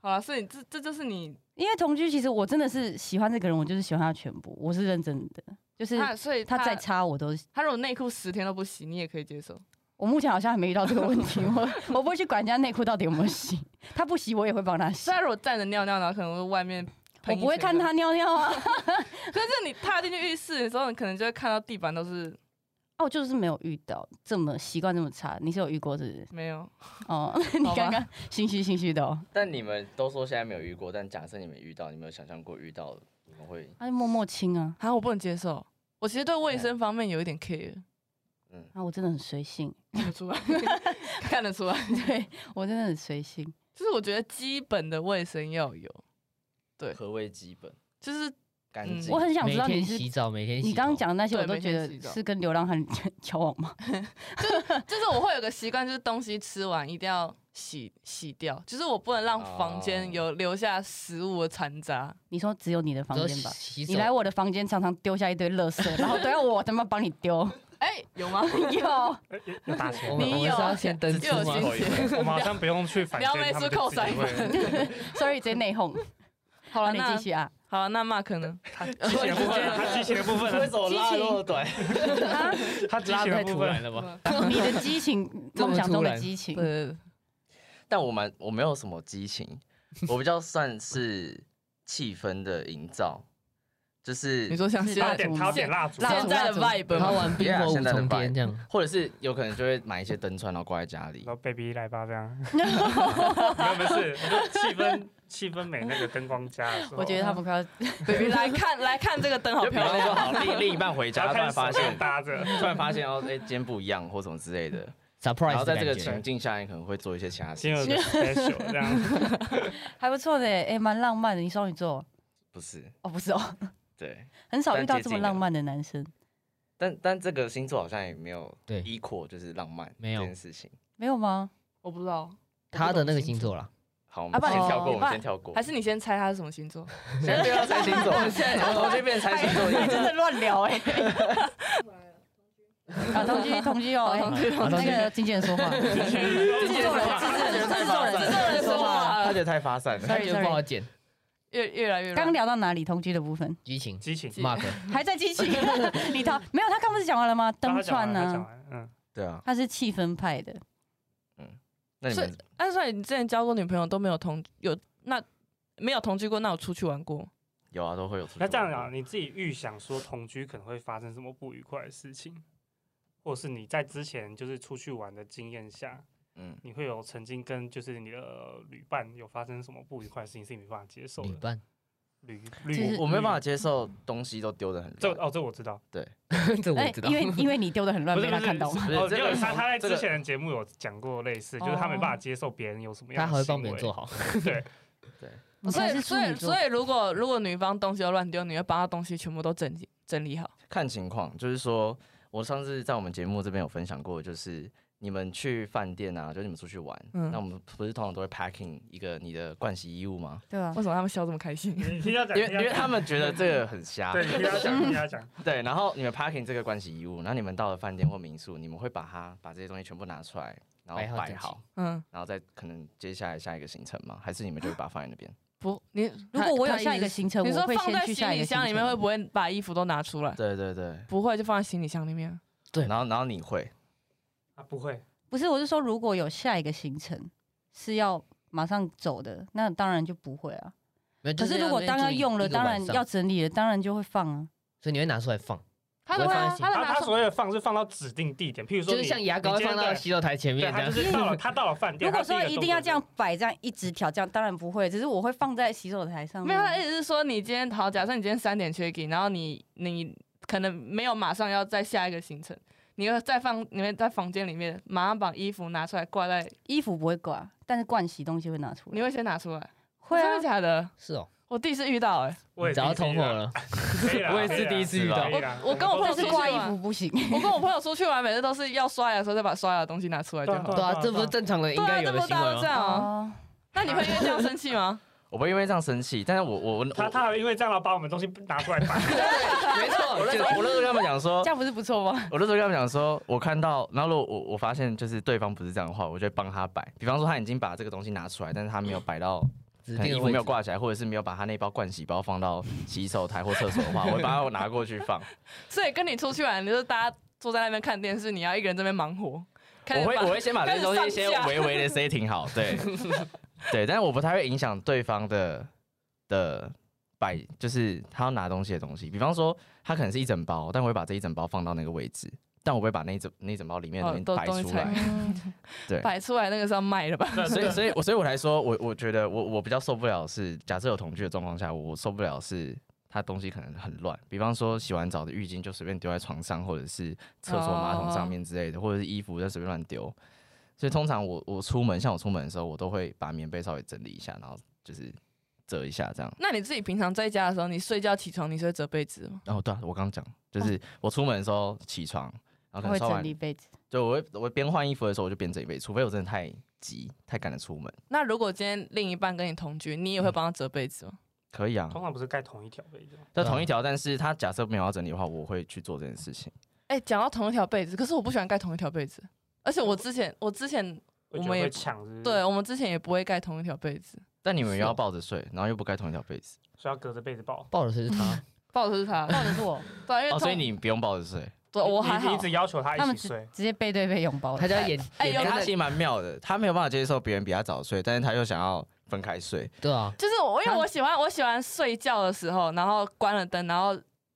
Speaker 2: 好了，所以这这就是你，
Speaker 1: 因为同居，其实我真的是喜欢这个人，我就是喜欢他全部，我是认真的。就是
Speaker 2: 他所以
Speaker 1: 他再
Speaker 2: 在
Speaker 1: 差，我都
Speaker 2: 他如果内裤十天都不洗，你也可以接受。
Speaker 1: 我目前好像还没遇到这个问题， 我我不会去管人家内裤到底有没有洗，他不洗我也会帮他洗
Speaker 2: 所以，他如果站着尿尿，然后可能会外面，
Speaker 1: 我不会看。他尿尿啊，
Speaker 2: 可是你踏进去浴室的时候，你可能就会看到地板都是
Speaker 1: 哦，我就是没有遇到这么习惯这么差，你是有遇过是不是？
Speaker 2: 没有。
Speaker 1: 哦， 你
Speaker 2: 好吧
Speaker 1: 刚刚心虚心虚的哦，
Speaker 5: 但你们都说现在没有遇过，但假设你们遇到，你们有想象过遇到你们会
Speaker 1: 他就默默亲啊，
Speaker 2: 啊，我不能接受。我其实对卫生方面有一点 care，
Speaker 5: 嗯
Speaker 1: 啊，我真的很随性，
Speaker 2: 看得出 来，看得出来。
Speaker 1: 对我真的很随性，
Speaker 2: 就是我觉得基本的卫生要有，
Speaker 5: 何谓基本
Speaker 2: 就是
Speaker 5: 干
Speaker 2: 嗯
Speaker 5: 净？
Speaker 1: 我很想
Speaker 4: 每
Speaker 1: 知道你
Speaker 4: 天
Speaker 1: 是
Speaker 4: 洗澡，每天洗澡
Speaker 1: 你刚刚讲的那些，
Speaker 2: 对
Speaker 1: 我都
Speaker 2: 每
Speaker 1: 觉
Speaker 2: 天
Speaker 1: 得
Speaker 2: 洗澡
Speaker 1: 是跟流浪汉 交往吗？
Speaker 2: 就是我会有个习惯，就是东西吃完一定要洗洗掉，就是我不能让房间
Speaker 4: 啊
Speaker 5: 哦
Speaker 2: 有留下食物的残渣。
Speaker 1: 你说只有你的房
Speaker 4: 都
Speaker 1: 间吧？
Speaker 4: 洗手
Speaker 1: 你来我的房间常常丢下一堆垃圾，然后都要我他妈帮你丢。
Speaker 2: 哎、有吗？
Speaker 1: 有，
Speaker 3: 哎哎要打钱
Speaker 4: 我们
Speaker 2: 你
Speaker 4: 我们是
Speaker 2: 有
Speaker 4: 要先登出
Speaker 2: 又有
Speaker 4: 吗哦
Speaker 2: 心？血。
Speaker 3: 我们好像不用去反
Speaker 2: 聊
Speaker 3: 对
Speaker 2: 美
Speaker 3: 他
Speaker 2: 术
Speaker 3: 们就
Speaker 2: 扣
Speaker 3: 自己
Speaker 2: 三
Speaker 3: 会
Speaker 1: ，sorry，直接内讧。
Speaker 2: 好
Speaker 1: 好，
Speaker 2: 了，
Speaker 1: 你
Speaker 2: 那
Speaker 1: 继续 啊。
Speaker 2: 好了，那 Mark 呢？
Speaker 3: 激情的部分，他激情的部分呢
Speaker 5: 为什，么拉得那么短？
Speaker 1: 啊
Speaker 3: 他激
Speaker 4: 拉
Speaker 3: 情
Speaker 4: 得
Speaker 3: 的
Speaker 4: 太
Speaker 3: 部
Speaker 4: 突
Speaker 3: 分，
Speaker 4: 然了 吧？
Speaker 1: 你的激情，
Speaker 4: 这么
Speaker 1: 梦想中
Speaker 4: 突
Speaker 1: 的
Speaker 4: 然
Speaker 1: 激情，
Speaker 2: 对，
Speaker 5: 但我蛮我没有什么激情，我比较算是气氛的营造，就是
Speaker 2: 你说像
Speaker 1: 是
Speaker 2: 现
Speaker 3: 他有
Speaker 2: 在
Speaker 1: 蜡
Speaker 3: 点
Speaker 1: 烛
Speaker 3: 他有点
Speaker 2: 现
Speaker 3: 蜡烛，
Speaker 1: 蜡
Speaker 2: 现
Speaker 1: 烛
Speaker 2: 在的 vibe
Speaker 4: 他
Speaker 2: 吗？
Speaker 4: 玩冰火
Speaker 5: Yeah，
Speaker 4: 五
Speaker 5: 现在的
Speaker 4: 重天
Speaker 5: vibe
Speaker 4: 这 样，
Speaker 5: 或者是有可能就会买一些灯串，然后挂在家里
Speaker 3: 然。后 baby 来吧这 样，没有没事，我说气氛 气氛美那个灯光加的时候，
Speaker 1: 我觉得他们 快要
Speaker 2: baby 来看来看这个灯好
Speaker 5: 就比
Speaker 2: 漂
Speaker 5: 方
Speaker 2: 亮，
Speaker 5: 说，好另另一半回
Speaker 3: 然
Speaker 5: 家，
Speaker 3: 后
Speaker 5: 突
Speaker 3: 开
Speaker 5: 然
Speaker 3: 始
Speaker 5: 发
Speaker 3: 手
Speaker 5: 现
Speaker 3: 上，搭着，
Speaker 5: 突然发现哦，哎、今天不一样，或什么之类的。然
Speaker 4: surprise
Speaker 5: 后在这个
Speaker 4: 的
Speaker 5: 情
Speaker 4: 感觉
Speaker 5: 境下，你可能会做一些其他
Speaker 3: 今
Speaker 5: 事
Speaker 3: 天有
Speaker 5: 情。
Speaker 3: 个 special 这样，
Speaker 1: 还不错的，哎，蛮浪漫的。你双鱼座
Speaker 5: 不是，
Speaker 1: 哦，不是哦，
Speaker 5: 对，
Speaker 1: 很少遇到
Speaker 5: 但接
Speaker 1: 这
Speaker 5: 近
Speaker 1: 么
Speaker 4: 啊
Speaker 1: 浪漫的男生。
Speaker 5: 但但这个星座好像也没有
Speaker 4: 对
Speaker 5: equal，就是浪漫
Speaker 4: 没有
Speaker 5: 这件事情。
Speaker 1: 没有吗？
Speaker 2: 我不知道
Speaker 4: 他的那个星，座啦，
Speaker 5: 好，我
Speaker 1: 啊
Speaker 5: 们
Speaker 1: 不
Speaker 5: 先
Speaker 1: 然
Speaker 5: 跳过，
Speaker 1: 你
Speaker 5: 我们先跳过
Speaker 2: 还。是你先猜他是什么星座？
Speaker 5: 现在不要猜星 座，从同居变猜星座，
Speaker 1: 还真的乱聊哎。 啊，同居同居哦，哎
Speaker 2: 同居同
Speaker 1: 那个经纪人说话，制作人制作人制作人制作人说话。
Speaker 5: 他觉得太发散了。
Speaker 4: 他觉得
Speaker 1: sorry
Speaker 4: 不好剪，
Speaker 2: 越越来越乱
Speaker 1: 刚聊到哪里？同居的部分
Speaker 4: 激情
Speaker 3: 激情。
Speaker 4: Mark
Speaker 1: 还在激情，李涛没有，他刚不是讲完了吗？
Speaker 3: 他
Speaker 1: 灯
Speaker 3: 讲
Speaker 1: 串
Speaker 3: 完他讲
Speaker 1: 呢？
Speaker 3: 完，嗯，
Speaker 5: 对啊，
Speaker 1: 他是气氛派的，
Speaker 5: 那你
Speaker 2: 所以
Speaker 5: 们，
Speaker 2: 哎，所以你之前交过女朋友都没有同有那没有同居过，那有出去玩过吗？
Speaker 5: 有啊，都会有出去玩。
Speaker 3: 那这样啊，你自己预想说同居可能会发生什么不愉快的事情，或者是你在之前就是出去玩的经验下，
Speaker 5: 嗯，
Speaker 3: 你会有曾经跟就是你的旅伴有发生什么不愉快的事情是你没办法接受
Speaker 4: 旅
Speaker 3: 的？
Speaker 4: 伴，
Speaker 3: 旅
Speaker 1: 就
Speaker 3: 旅
Speaker 1: 是
Speaker 5: 我没办法，接受东西都丢的很
Speaker 3: 这
Speaker 5: 乱。
Speaker 3: 哦这我知道，
Speaker 4: 这我
Speaker 1: 哎
Speaker 4: 知，道
Speaker 1: 因。 为因为你丢的很乱，
Speaker 3: 不是
Speaker 1: 被他
Speaker 3: 不是
Speaker 1: 看到吗？
Speaker 5: 不是
Speaker 3: 哦，
Speaker 5: 这
Speaker 3: 因为
Speaker 5: 个
Speaker 3: 他他在
Speaker 5: 这
Speaker 3: 之
Speaker 5: 个
Speaker 3: 前的节目有讲过类似，就是他没办法接受别人有什么
Speaker 4: 他
Speaker 3: 样
Speaker 4: 还
Speaker 3: 的
Speaker 4: 会
Speaker 3: 行
Speaker 4: 帮别人
Speaker 3: 为，
Speaker 4: 做好，
Speaker 3: 对，
Speaker 1: 你
Speaker 2: 所
Speaker 1: 才
Speaker 2: 以
Speaker 1: 是
Speaker 2: 所
Speaker 1: 处女
Speaker 2: 以
Speaker 1: 座
Speaker 2: 所，以如果如果女方东西都乱丢，你会把她东西全部都整理整理好。
Speaker 5: 看情况，就是说我上次在我们节目这边有分享过，就是你们去饭店啊，就是你们出去玩，
Speaker 2: 嗯
Speaker 5: 那我们不是通常都会 packing 一个你的盥洗衣物吗？
Speaker 1: 对啊
Speaker 2: 为，什么他们笑这么开心？
Speaker 3: 你听他讲，
Speaker 5: 因为
Speaker 3: 听
Speaker 5: 因为
Speaker 3: 他
Speaker 5: 他们觉得这个很 瞎，
Speaker 3: 对，你听他讲，听他 讲，
Speaker 5: 对，然后你们 packing 这个盥洗衣物，然后你们到了饭店或民宿，你们会把它把这些东西全部拿出来，然后
Speaker 4: 摆好整
Speaker 5: 摆
Speaker 4: 齐
Speaker 5: 好，
Speaker 2: 嗯，
Speaker 5: 然后再可能接下来下一个行程吗？还是你们就会把它放在那边？
Speaker 2: 不，你
Speaker 1: 如果我有下一个
Speaker 2: 行
Speaker 1: 行程，
Speaker 2: 你
Speaker 1: 我
Speaker 2: 说
Speaker 1: 会
Speaker 2: 放在
Speaker 1: 先去
Speaker 2: 行
Speaker 1: 下一
Speaker 2: 李
Speaker 1: 个
Speaker 2: 箱里面会不会把衣服都拿出来？
Speaker 5: 对对对，
Speaker 2: 不会，就放在行李箱里面。
Speaker 4: 对
Speaker 5: 然后然后你会，
Speaker 3: 啊不会，
Speaker 1: 不是，我是说，如果有下一个行程是要马上走的，那当然就不会啊。
Speaker 4: 没有
Speaker 1: 可
Speaker 4: 就是
Speaker 1: 如果当
Speaker 4: 要
Speaker 1: 要
Speaker 4: 那边住一
Speaker 1: 用了，
Speaker 4: 一个
Speaker 1: 当然
Speaker 4: 晚上
Speaker 1: 要整理了，当然就会放啊。
Speaker 4: 所以你会拿出来放，
Speaker 2: 他
Speaker 4: 我
Speaker 2: 的
Speaker 4: 会放在行
Speaker 2: 他
Speaker 4: 李
Speaker 2: 的
Speaker 3: 他
Speaker 2: 拿
Speaker 3: 他
Speaker 2: 手
Speaker 3: 所谓的放是放到指定地点，譬如说
Speaker 4: 就
Speaker 3: 你
Speaker 4: 是像牙膏
Speaker 3: 你今
Speaker 4: 放
Speaker 3: 天
Speaker 4: 到
Speaker 3: 对
Speaker 4: 洗手台前
Speaker 3: 对，
Speaker 4: 面这
Speaker 3: 他就
Speaker 4: 样。
Speaker 3: 是 到了他到了饭店，
Speaker 1: 如果
Speaker 3: 他第
Speaker 1: 说
Speaker 3: 个
Speaker 1: 一
Speaker 3: 动
Speaker 1: 定要
Speaker 3: 作
Speaker 1: 这样摆，这样一直挑，这样当然不会。只是我会放在洗手台上
Speaker 2: 没
Speaker 1: 面
Speaker 2: 有，
Speaker 1: 啊。
Speaker 2: 他的意思是说，你今天好，假设你今天三点 check in，然后你你可能没有马上要再下一个行程，你要再放，你会在房间里面马上把衣服拿出来挂在，
Speaker 1: 衣服不会挂，但是盥洗东西会拿出
Speaker 2: 你
Speaker 1: 来。
Speaker 2: 会先拿出来？
Speaker 1: 会
Speaker 2: 真的
Speaker 1: 啊，
Speaker 2: 假的？
Speaker 4: 是哦，
Speaker 2: 我第一次遇到哎、
Speaker 3: 我也啊
Speaker 4: 只要
Speaker 3: 第一次
Speaker 4: 同
Speaker 3: 遇
Speaker 4: 伙
Speaker 3: 到，
Speaker 4: 了，
Speaker 3: 可以啦
Speaker 4: 我也是
Speaker 3: 可以啦
Speaker 4: 第一次遇
Speaker 3: 可
Speaker 5: 到
Speaker 3: 以啦
Speaker 2: 我我跟我朋
Speaker 1: 但
Speaker 2: 友
Speaker 1: 是
Speaker 2: 出去
Speaker 1: 挂衣
Speaker 2: 玩
Speaker 1: 服不行。
Speaker 2: 我跟我朋友出去玩，每次都是要刷牙的时候再把刷牙的东西拿出来就好。
Speaker 4: 对啊，这不是正常人应
Speaker 2: 对
Speaker 4: 该
Speaker 2: 啊，
Speaker 4: 有
Speaker 2: 这
Speaker 4: 的
Speaker 2: 不
Speaker 4: 行
Speaker 2: 大
Speaker 4: 为
Speaker 2: 家都这
Speaker 4: 吗？
Speaker 2: 样啊？
Speaker 1: 哦，
Speaker 2: 那你会因为这样生气吗？
Speaker 5: 我不会因为这样生气，但是我我我
Speaker 3: 他他还因为这样然后把我们东西拿出来摆，
Speaker 4: 没错，
Speaker 5: 我那时候我那时候跟他们讲说
Speaker 1: 这，样不是不错吗？
Speaker 5: 我那时候跟他们讲说，我看到，然后如果我我发现就是对方不是这样的话，我就会帮他摆。比方说他已经把这个东西拿出来，但是他没有摆到，
Speaker 4: 指
Speaker 5: 可能
Speaker 4: 定
Speaker 5: 衣
Speaker 4: 的
Speaker 5: 服
Speaker 4: 位
Speaker 5: 哎没
Speaker 4: 置
Speaker 5: 有挂起来，或者是没有把他那包盥洗包放到洗手台或厕所的话，我会把它拿过去放。
Speaker 2: 所以跟你出去玩，你就是大家坐在那边看电视，你要一个人在那边忙活。开始
Speaker 5: 我会
Speaker 2: 把
Speaker 5: 我会先把这些东西先
Speaker 2: 开始上架
Speaker 5: 微微的 setting 好， 对对，但是我不太会影响对方的的摆，就是他要拿东西的东西。比方说他可能是一整包，但我会把这一整包放到那个位置，但我不会把那一整那一整包里面的
Speaker 2: 哦
Speaker 5: 东西
Speaker 2: 都
Speaker 5: 摆
Speaker 2: 东西
Speaker 5: 出
Speaker 2: 拆
Speaker 5: 来。
Speaker 1: 嗯
Speaker 5: 对
Speaker 2: 摆出来那个是要卖的吧？
Speaker 3: 对
Speaker 5: 所以，
Speaker 3: 对
Speaker 5: 所以我所以我才说，我我觉得我我比较受不了是，假设有同居的状况下，我我受不了是他东西可能很乱，比方说洗完澡的浴巾就随便丢在床上，或者是厕所马桶
Speaker 1: 哦
Speaker 5: 上面之类的，或者是衣服就随便乱丢。所以通常我我出门，像我出门的时候，我都会把棉被稍微整理一下，然后就是折一下这样。
Speaker 2: 那你自己平常在家的时候，你睡觉起床你是会折被子吗？
Speaker 5: 然后对啊，我刚刚讲就是我出门的时候起床，然
Speaker 1: 他
Speaker 5: 后可能
Speaker 1: 哦会
Speaker 5: 稍
Speaker 1: 整
Speaker 5: 完
Speaker 1: 理，被 子，
Speaker 5: 对我会我会边换衣服的时候我就边整理被，除非我真的太急太赶着出门，
Speaker 2: 那如果今天另一半跟你同居，你也会帮他折被子吗？
Speaker 5: 可以啊。
Speaker 3: 通常不是盖同一条被子吗？
Speaker 4: 对
Speaker 5: 就
Speaker 4: 啊
Speaker 5: 同一条，但是他假设没有要整理的话，我会去做这件事情。
Speaker 2: 哎、讲到同一条被子，可是我不喜欢盖同一条被子，而且我之前我之前我
Speaker 3: 会觉得
Speaker 2: 们也
Speaker 3: 会
Speaker 2: 不
Speaker 3: 抢是不是，
Speaker 2: 对我们之前也不会盖同一条被子，
Speaker 5: 但你们
Speaker 4: 是
Speaker 5: 又要
Speaker 4: 哦
Speaker 5: 抱着睡，然后又不盖同一条被子，
Speaker 3: 所以要隔着被子抱。
Speaker 4: 抱的是他，
Speaker 2: 抱的是 他，
Speaker 1: 抱着是我，
Speaker 2: 对啊，因为
Speaker 5: 哦，所以
Speaker 2: 同
Speaker 5: 你不用抱着睡。
Speaker 2: 对我
Speaker 3: 你
Speaker 2: 还
Speaker 3: 你
Speaker 2: 好
Speaker 3: 一，直要求他
Speaker 1: 他
Speaker 3: 一
Speaker 1: 们
Speaker 3: 起
Speaker 1: 直
Speaker 3: 睡，
Speaker 1: 直接背对背拥抱，
Speaker 4: 他家演
Speaker 2: 哎有
Speaker 4: 演
Speaker 5: 欸他
Speaker 4: 真
Speaker 5: 其
Speaker 4: 的
Speaker 5: 实蛮妙的，他没有办法接受别人比他早睡，但是他又想要分开睡。
Speaker 4: 对啊，
Speaker 2: 就是我因为
Speaker 4: 他
Speaker 2: 我喜欢我喜欢睡觉的时候，然后关了灯，然后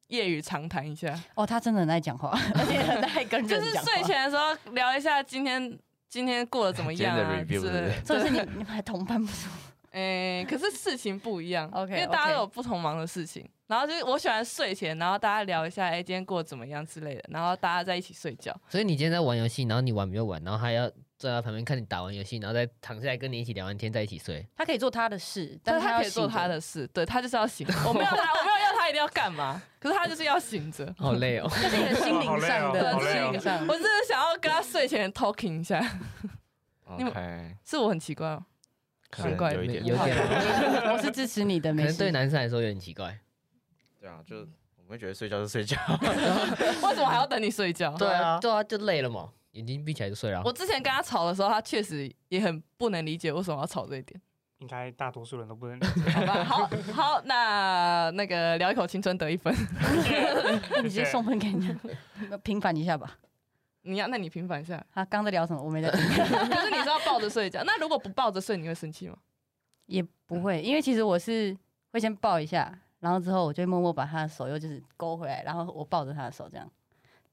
Speaker 2: 夜语长谈一 下，
Speaker 1: 哦，他真的很爱讲话， 而且很爱跟人
Speaker 2: 就
Speaker 1: 讲
Speaker 2: 是
Speaker 1: 话。
Speaker 2: 睡前的时候聊一下今天今天过得怎么
Speaker 5: 今天
Speaker 2: 样
Speaker 5: 的
Speaker 2: 啊之
Speaker 5: review 是不
Speaker 2: 类
Speaker 5: 是
Speaker 2: 的。
Speaker 1: 重点是你你们还同班不是吗？
Speaker 2: 哎、可是事情不一样
Speaker 1: OK，
Speaker 2: 因为大家
Speaker 1: OK
Speaker 2: 都有不同忙的事情。然后就是我喜欢睡前，然后大家聊一下，哎、今天过得怎么样之类的，然后大家在一起睡觉。
Speaker 4: 所以你今天在玩游戏，然后你玩没有玩，然后他要坐在旁边看你打完游戏，然后再躺下来跟你一起聊完天，在一起睡。
Speaker 1: 他可以做他的事，
Speaker 2: 但
Speaker 1: 但
Speaker 2: 是
Speaker 1: 是
Speaker 2: 他
Speaker 1: 要
Speaker 2: 可以做
Speaker 1: 醒着
Speaker 2: 他，的事，对他就是要醒。 我没有他，我没有要他一定要干嘛，可是他就是要醒着。
Speaker 4: 好累哦，
Speaker 1: 这是你的心灵上
Speaker 2: 哦
Speaker 1: 的，
Speaker 2: 好累哦好
Speaker 1: 这是心
Speaker 2: 累哦
Speaker 1: 灵上的。
Speaker 2: 我真的想要跟他睡前 talking 一下，你们
Speaker 5: OK，
Speaker 2: 是我很奇怪吗？
Speaker 5: 可
Speaker 2: 奇怪
Speaker 5: 能有一点，
Speaker 4: 有点，
Speaker 1: 我是支持你的，
Speaker 4: 可
Speaker 1: 没
Speaker 4: 能对
Speaker 1: 事。
Speaker 4: 男生来说有点奇怪。
Speaker 5: 对啊，就我们会觉得睡觉就 睡觉。
Speaker 2: 为什么还要等你睡觉？
Speaker 5: 对啊
Speaker 4: 对啊，就累了嘛，眼睛闭起来就睡了啊。
Speaker 2: 我之前跟他吵的时候，他确实也很不能理解为什么要吵这一点。
Speaker 3: 应该大多数人都不能理 解。
Speaker 2: 好吧，好好，那那个聊一口青春得一分。
Speaker 1: 那你直接送分给你，平反一下吧。
Speaker 2: 你要，那你平反一下。
Speaker 1: 他刚在聊什么？我没在听，
Speaker 2: 可是你是要抱着睡觉，那如果不抱着睡，你会生气吗？
Speaker 1: 也不会，因为其实我是会先抱一下，然后之后我就会默默把他的手又就是勾回来，然后我抱着他的手这样，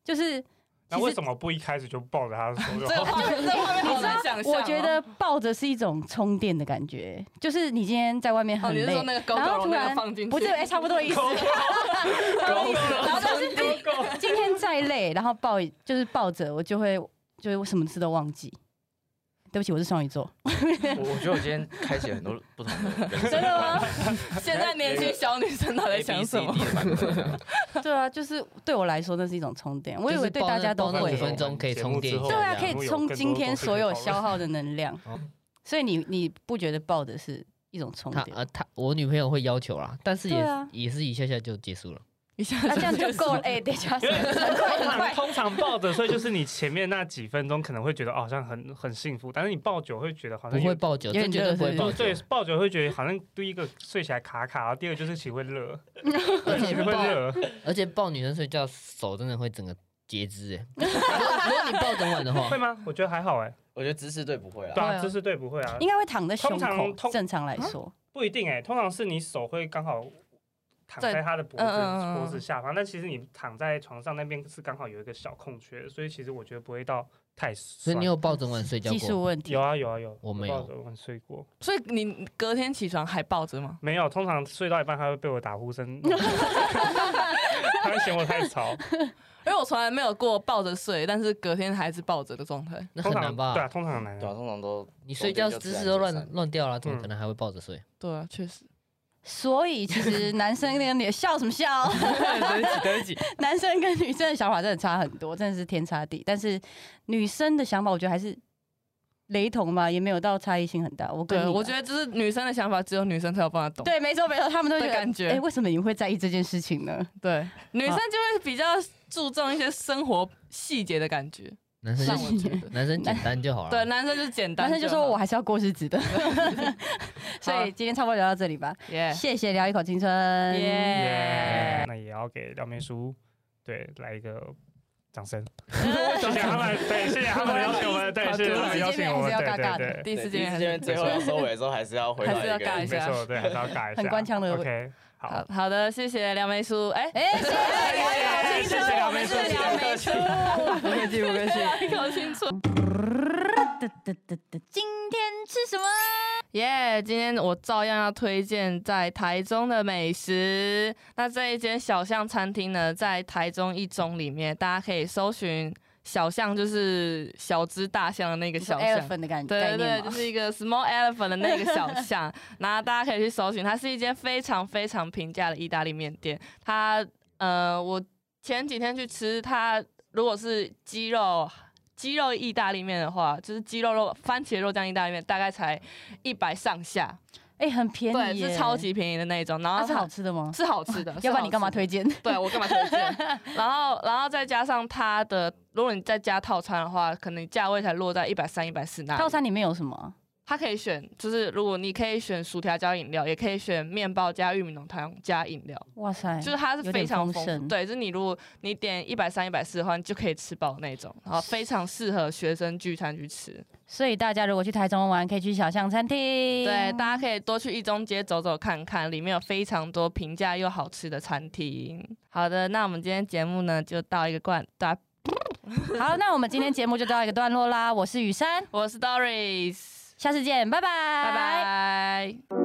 Speaker 1: 就是
Speaker 3: 那
Speaker 1: 其实
Speaker 3: 为什么不一开始就抱着他的手就
Speaker 2: 这个画面，这个画面好难想象哦。
Speaker 1: 我觉得抱着是一种充电的感觉，就是你今天在外面
Speaker 2: 哦，
Speaker 1: 很
Speaker 2: 你是
Speaker 1: 累
Speaker 2: 说，那个狗
Speaker 1: 然后
Speaker 2: 狗
Speaker 1: 突
Speaker 2: 那个
Speaker 1: 然
Speaker 2: 放进去？
Speaker 1: 不是哎、差不多意思，
Speaker 2: 然后就是哎
Speaker 1: 今天再累，然后抱就是抱着，我就会就是我什么事都忘记。对不起，我是双鱼座，
Speaker 5: 我我觉得我今天开启了很多不同的人生
Speaker 2: 真的吗？ 现在年轻小女生到底在想什
Speaker 5: A B C
Speaker 2: 么
Speaker 5: D？的版本。
Speaker 1: 对啊，就是对我来说那是一种充电，我以为对
Speaker 4: 就是抱
Speaker 1: 大
Speaker 4: 那
Speaker 1: 家都
Speaker 4: 抱那
Speaker 1: 会
Speaker 4: 五分
Speaker 1: 欸，
Speaker 4: 钟可以充电一下，
Speaker 1: 对啊，可
Speaker 4: 这
Speaker 1: 以
Speaker 4: 样
Speaker 1: 充今天所有 消耗的能量
Speaker 4: 哦，
Speaker 1: 所以你你不觉得抱着是一种充
Speaker 4: 他
Speaker 1: 电？
Speaker 4: 呃，他我女朋友会要求啦，但是也
Speaker 1: 对啊
Speaker 4: 也是一下下就结束了。
Speaker 2: 一下
Speaker 1: 那这样就够了，
Speaker 2: 了。
Speaker 1: 哎，等一下，
Speaker 3: 因为
Speaker 1: 很快
Speaker 3: 通
Speaker 1: 很
Speaker 3: 常
Speaker 1: 快，
Speaker 3: 通常抱着，所以就是你前面那几分钟可能会觉得哦好像很很幸福，但是你抱久会觉得好
Speaker 4: 不
Speaker 3: 像
Speaker 4: 会
Speaker 3: 有
Speaker 4: 抱久，
Speaker 1: 有
Speaker 4: 这
Speaker 1: 点
Speaker 4: 绝对
Speaker 1: 热
Speaker 4: 不会
Speaker 1: 是不
Speaker 4: 抱
Speaker 3: 抱
Speaker 1: 是
Speaker 4: 久
Speaker 3: 对。抱久会觉得好像第一个睡起来卡卡，然后第二个就是其实会 热，
Speaker 4: 而且
Speaker 3: 其实会
Speaker 4: 抱，
Speaker 3: 热，
Speaker 4: 而且抱女生睡觉手真的会整个截肢哎。如果如果你抱整晚的话
Speaker 3: 会，吗？我觉得还好哎，
Speaker 5: 我觉得姿势对不会
Speaker 3: 对
Speaker 5: 啦，
Speaker 1: 对
Speaker 3: 啊，
Speaker 1: 啊
Speaker 3: 这是对不会啊
Speaker 1: 应，该会躺在胸
Speaker 3: 通常
Speaker 1: 口。
Speaker 3: 通
Speaker 1: 正常来说，
Speaker 3: 不一定哎，通常是你手会刚好。躺
Speaker 2: 在
Speaker 3: 在他的脖
Speaker 2: 嗯嗯嗯
Speaker 3: 子
Speaker 2: 嗯
Speaker 3: 脖子下方，但其实你躺在床上那边是刚好有一个小空缺，所以其实我觉得不会到太酸。
Speaker 4: 所以你有抱整晚睡觉
Speaker 1: 技术
Speaker 4: 过？
Speaker 1: 问题
Speaker 3: 有。啊有啊有，
Speaker 4: 我没有
Speaker 3: 抱着晚睡过。
Speaker 2: 所以你隔天起床还抱着吗？
Speaker 3: 没有，通常睡到一半，他会被我打呼 声， 他会嫌我太吵。
Speaker 2: 因为我从来没有过抱着睡，但是隔天还是抱着的状态。
Speaker 4: 那很
Speaker 3: 通
Speaker 4: 难
Speaker 3: 常对
Speaker 4: 吧？
Speaker 3: 啊，通常很难
Speaker 5: 对啊，
Speaker 3: 啊。
Speaker 5: 通 常都
Speaker 4: 你睡觉姿势都
Speaker 5: 中间就自然
Speaker 4: 乱
Speaker 5: 就
Speaker 4: 乱掉了，怎么可能还会抱着睡？
Speaker 2: 对啊，确实。
Speaker 1: 所以其实男生跟女笑什么笑？
Speaker 4: 对不起，对不起。
Speaker 1: 男生跟女生的想法真的差很多，真的是天差地。但是女生的想法，我觉得还是雷同吧，也没有到差异性很大。我跟
Speaker 2: 对，
Speaker 1: 啊
Speaker 2: 啊
Speaker 1: 你
Speaker 2: 我
Speaker 1: 吧
Speaker 2: 觉得就是女生的想法，只有女生才有办法懂。
Speaker 1: 对，没错没错，他们都
Speaker 2: 的
Speaker 1: 觉得
Speaker 2: 感觉
Speaker 1: 哎、为什么你会在意这件事情呢？
Speaker 2: 对，女生就会比较注重一些生活细节的 感觉，
Speaker 4: 男生
Speaker 2: 让我
Speaker 4: 就
Speaker 2: 觉得。
Speaker 4: 男生简单就好了。
Speaker 2: 对，，男生就简单
Speaker 1: 男
Speaker 2: 好，
Speaker 1: 生就说我还是要过日子 的，所以今天差不多聊到这里吧。
Speaker 2: 耶
Speaker 1: 谢谢聊一口青春，
Speaker 2: 耶，
Speaker 3: 那也要给廖秘书对来一个 掌声，谢谢他们，对，谢谢他们邀请我们，对，谢谢他们邀请我们，对对对。
Speaker 2: 第一次
Speaker 5: 对第一
Speaker 2: 见
Speaker 5: 次
Speaker 2: 面
Speaker 5: 见面最后要收尾的时候，还是要回到
Speaker 2: 还是要
Speaker 5: 一个
Speaker 2: 尬一下
Speaker 3: 嗯没错，对，还是要改一 下。
Speaker 1: 很官腔的
Speaker 3: OK，好
Speaker 2: 好，好的，谢谢梁梅叔，哎、
Speaker 1: 哎、谢
Speaker 2: 哎
Speaker 1: 谢聊一口青春，我们是聊美术，不客气不 客气。
Speaker 2: 一口清楚。
Speaker 1: 今天吃什么？
Speaker 2: 耶今天我照样要推荐在台中的美食。那这一间小巷餐厅呢，在台中一中里面，大家可以搜寻小巷，就是小只大象的那个
Speaker 1: 你说
Speaker 2: 小巷。
Speaker 1: elephant 的感觉嗯概
Speaker 2: 对对对，
Speaker 1: 念
Speaker 2: 就
Speaker 1: 吗？
Speaker 2: 是一个 small elephant 的那个 小巷，然后大家可以去搜寻，它是一间非常非常平价的意大利面店。它呃，我前几天去吃它，如果是鸡肉鸡肉意大利面的话，就是鸡肉肉番茄肉酱意大利面，大概才一百上下，
Speaker 1: 哎、很便
Speaker 2: 对，
Speaker 1: 宜耶，
Speaker 2: 是超级便宜的那一种。然
Speaker 1: 它、
Speaker 2: 后
Speaker 1: 是
Speaker 2: 它
Speaker 1: 好吃的吗？
Speaker 2: 是好吃的，是
Speaker 1: 要不
Speaker 2: 好
Speaker 1: 然你干嘛
Speaker 2: 吃的
Speaker 1: 推荐？
Speaker 2: 对我干嘛推荐？然后，然后再加上它的，如果你再加套餐的话，可能价位才落在一百三、一百四那里。
Speaker 1: 套餐里面有什么？
Speaker 2: 它可以选，就是如果你可以选薯条加饮料，也可以选面包加玉米浓汤加饮料，
Speaker 1: 哇塞，
Speaker 2: 就是它是
Speaker 1: 哎有
Speaker 2: 非
Speaker 1: 点
Speaker 2: 常
Speaker 1: 丰
Speaker 2: 丰
Speaker 1: 盛
Speaker 2: 富。对，就是你如果你点一百三、一百四的话，你就可以吃饱那种，然后非常适合学生聚餐去吃。
Speaker 1: 所以大家如果去台中玩，可以去小巷餐厅。
Speaker 2: 对，大家可以多去一中街走走看看，里面有非常多平价又好吃的餐厅。好的，那我们今天节目呢就到一个段段，
Speaker 1: 好，那我们今天节目就到一个段落啦。我是雨珊，
Speaker 2: 我是 Doris，
Speaker 1: 下次见，拜拜，
Speaker 2: 拜拜。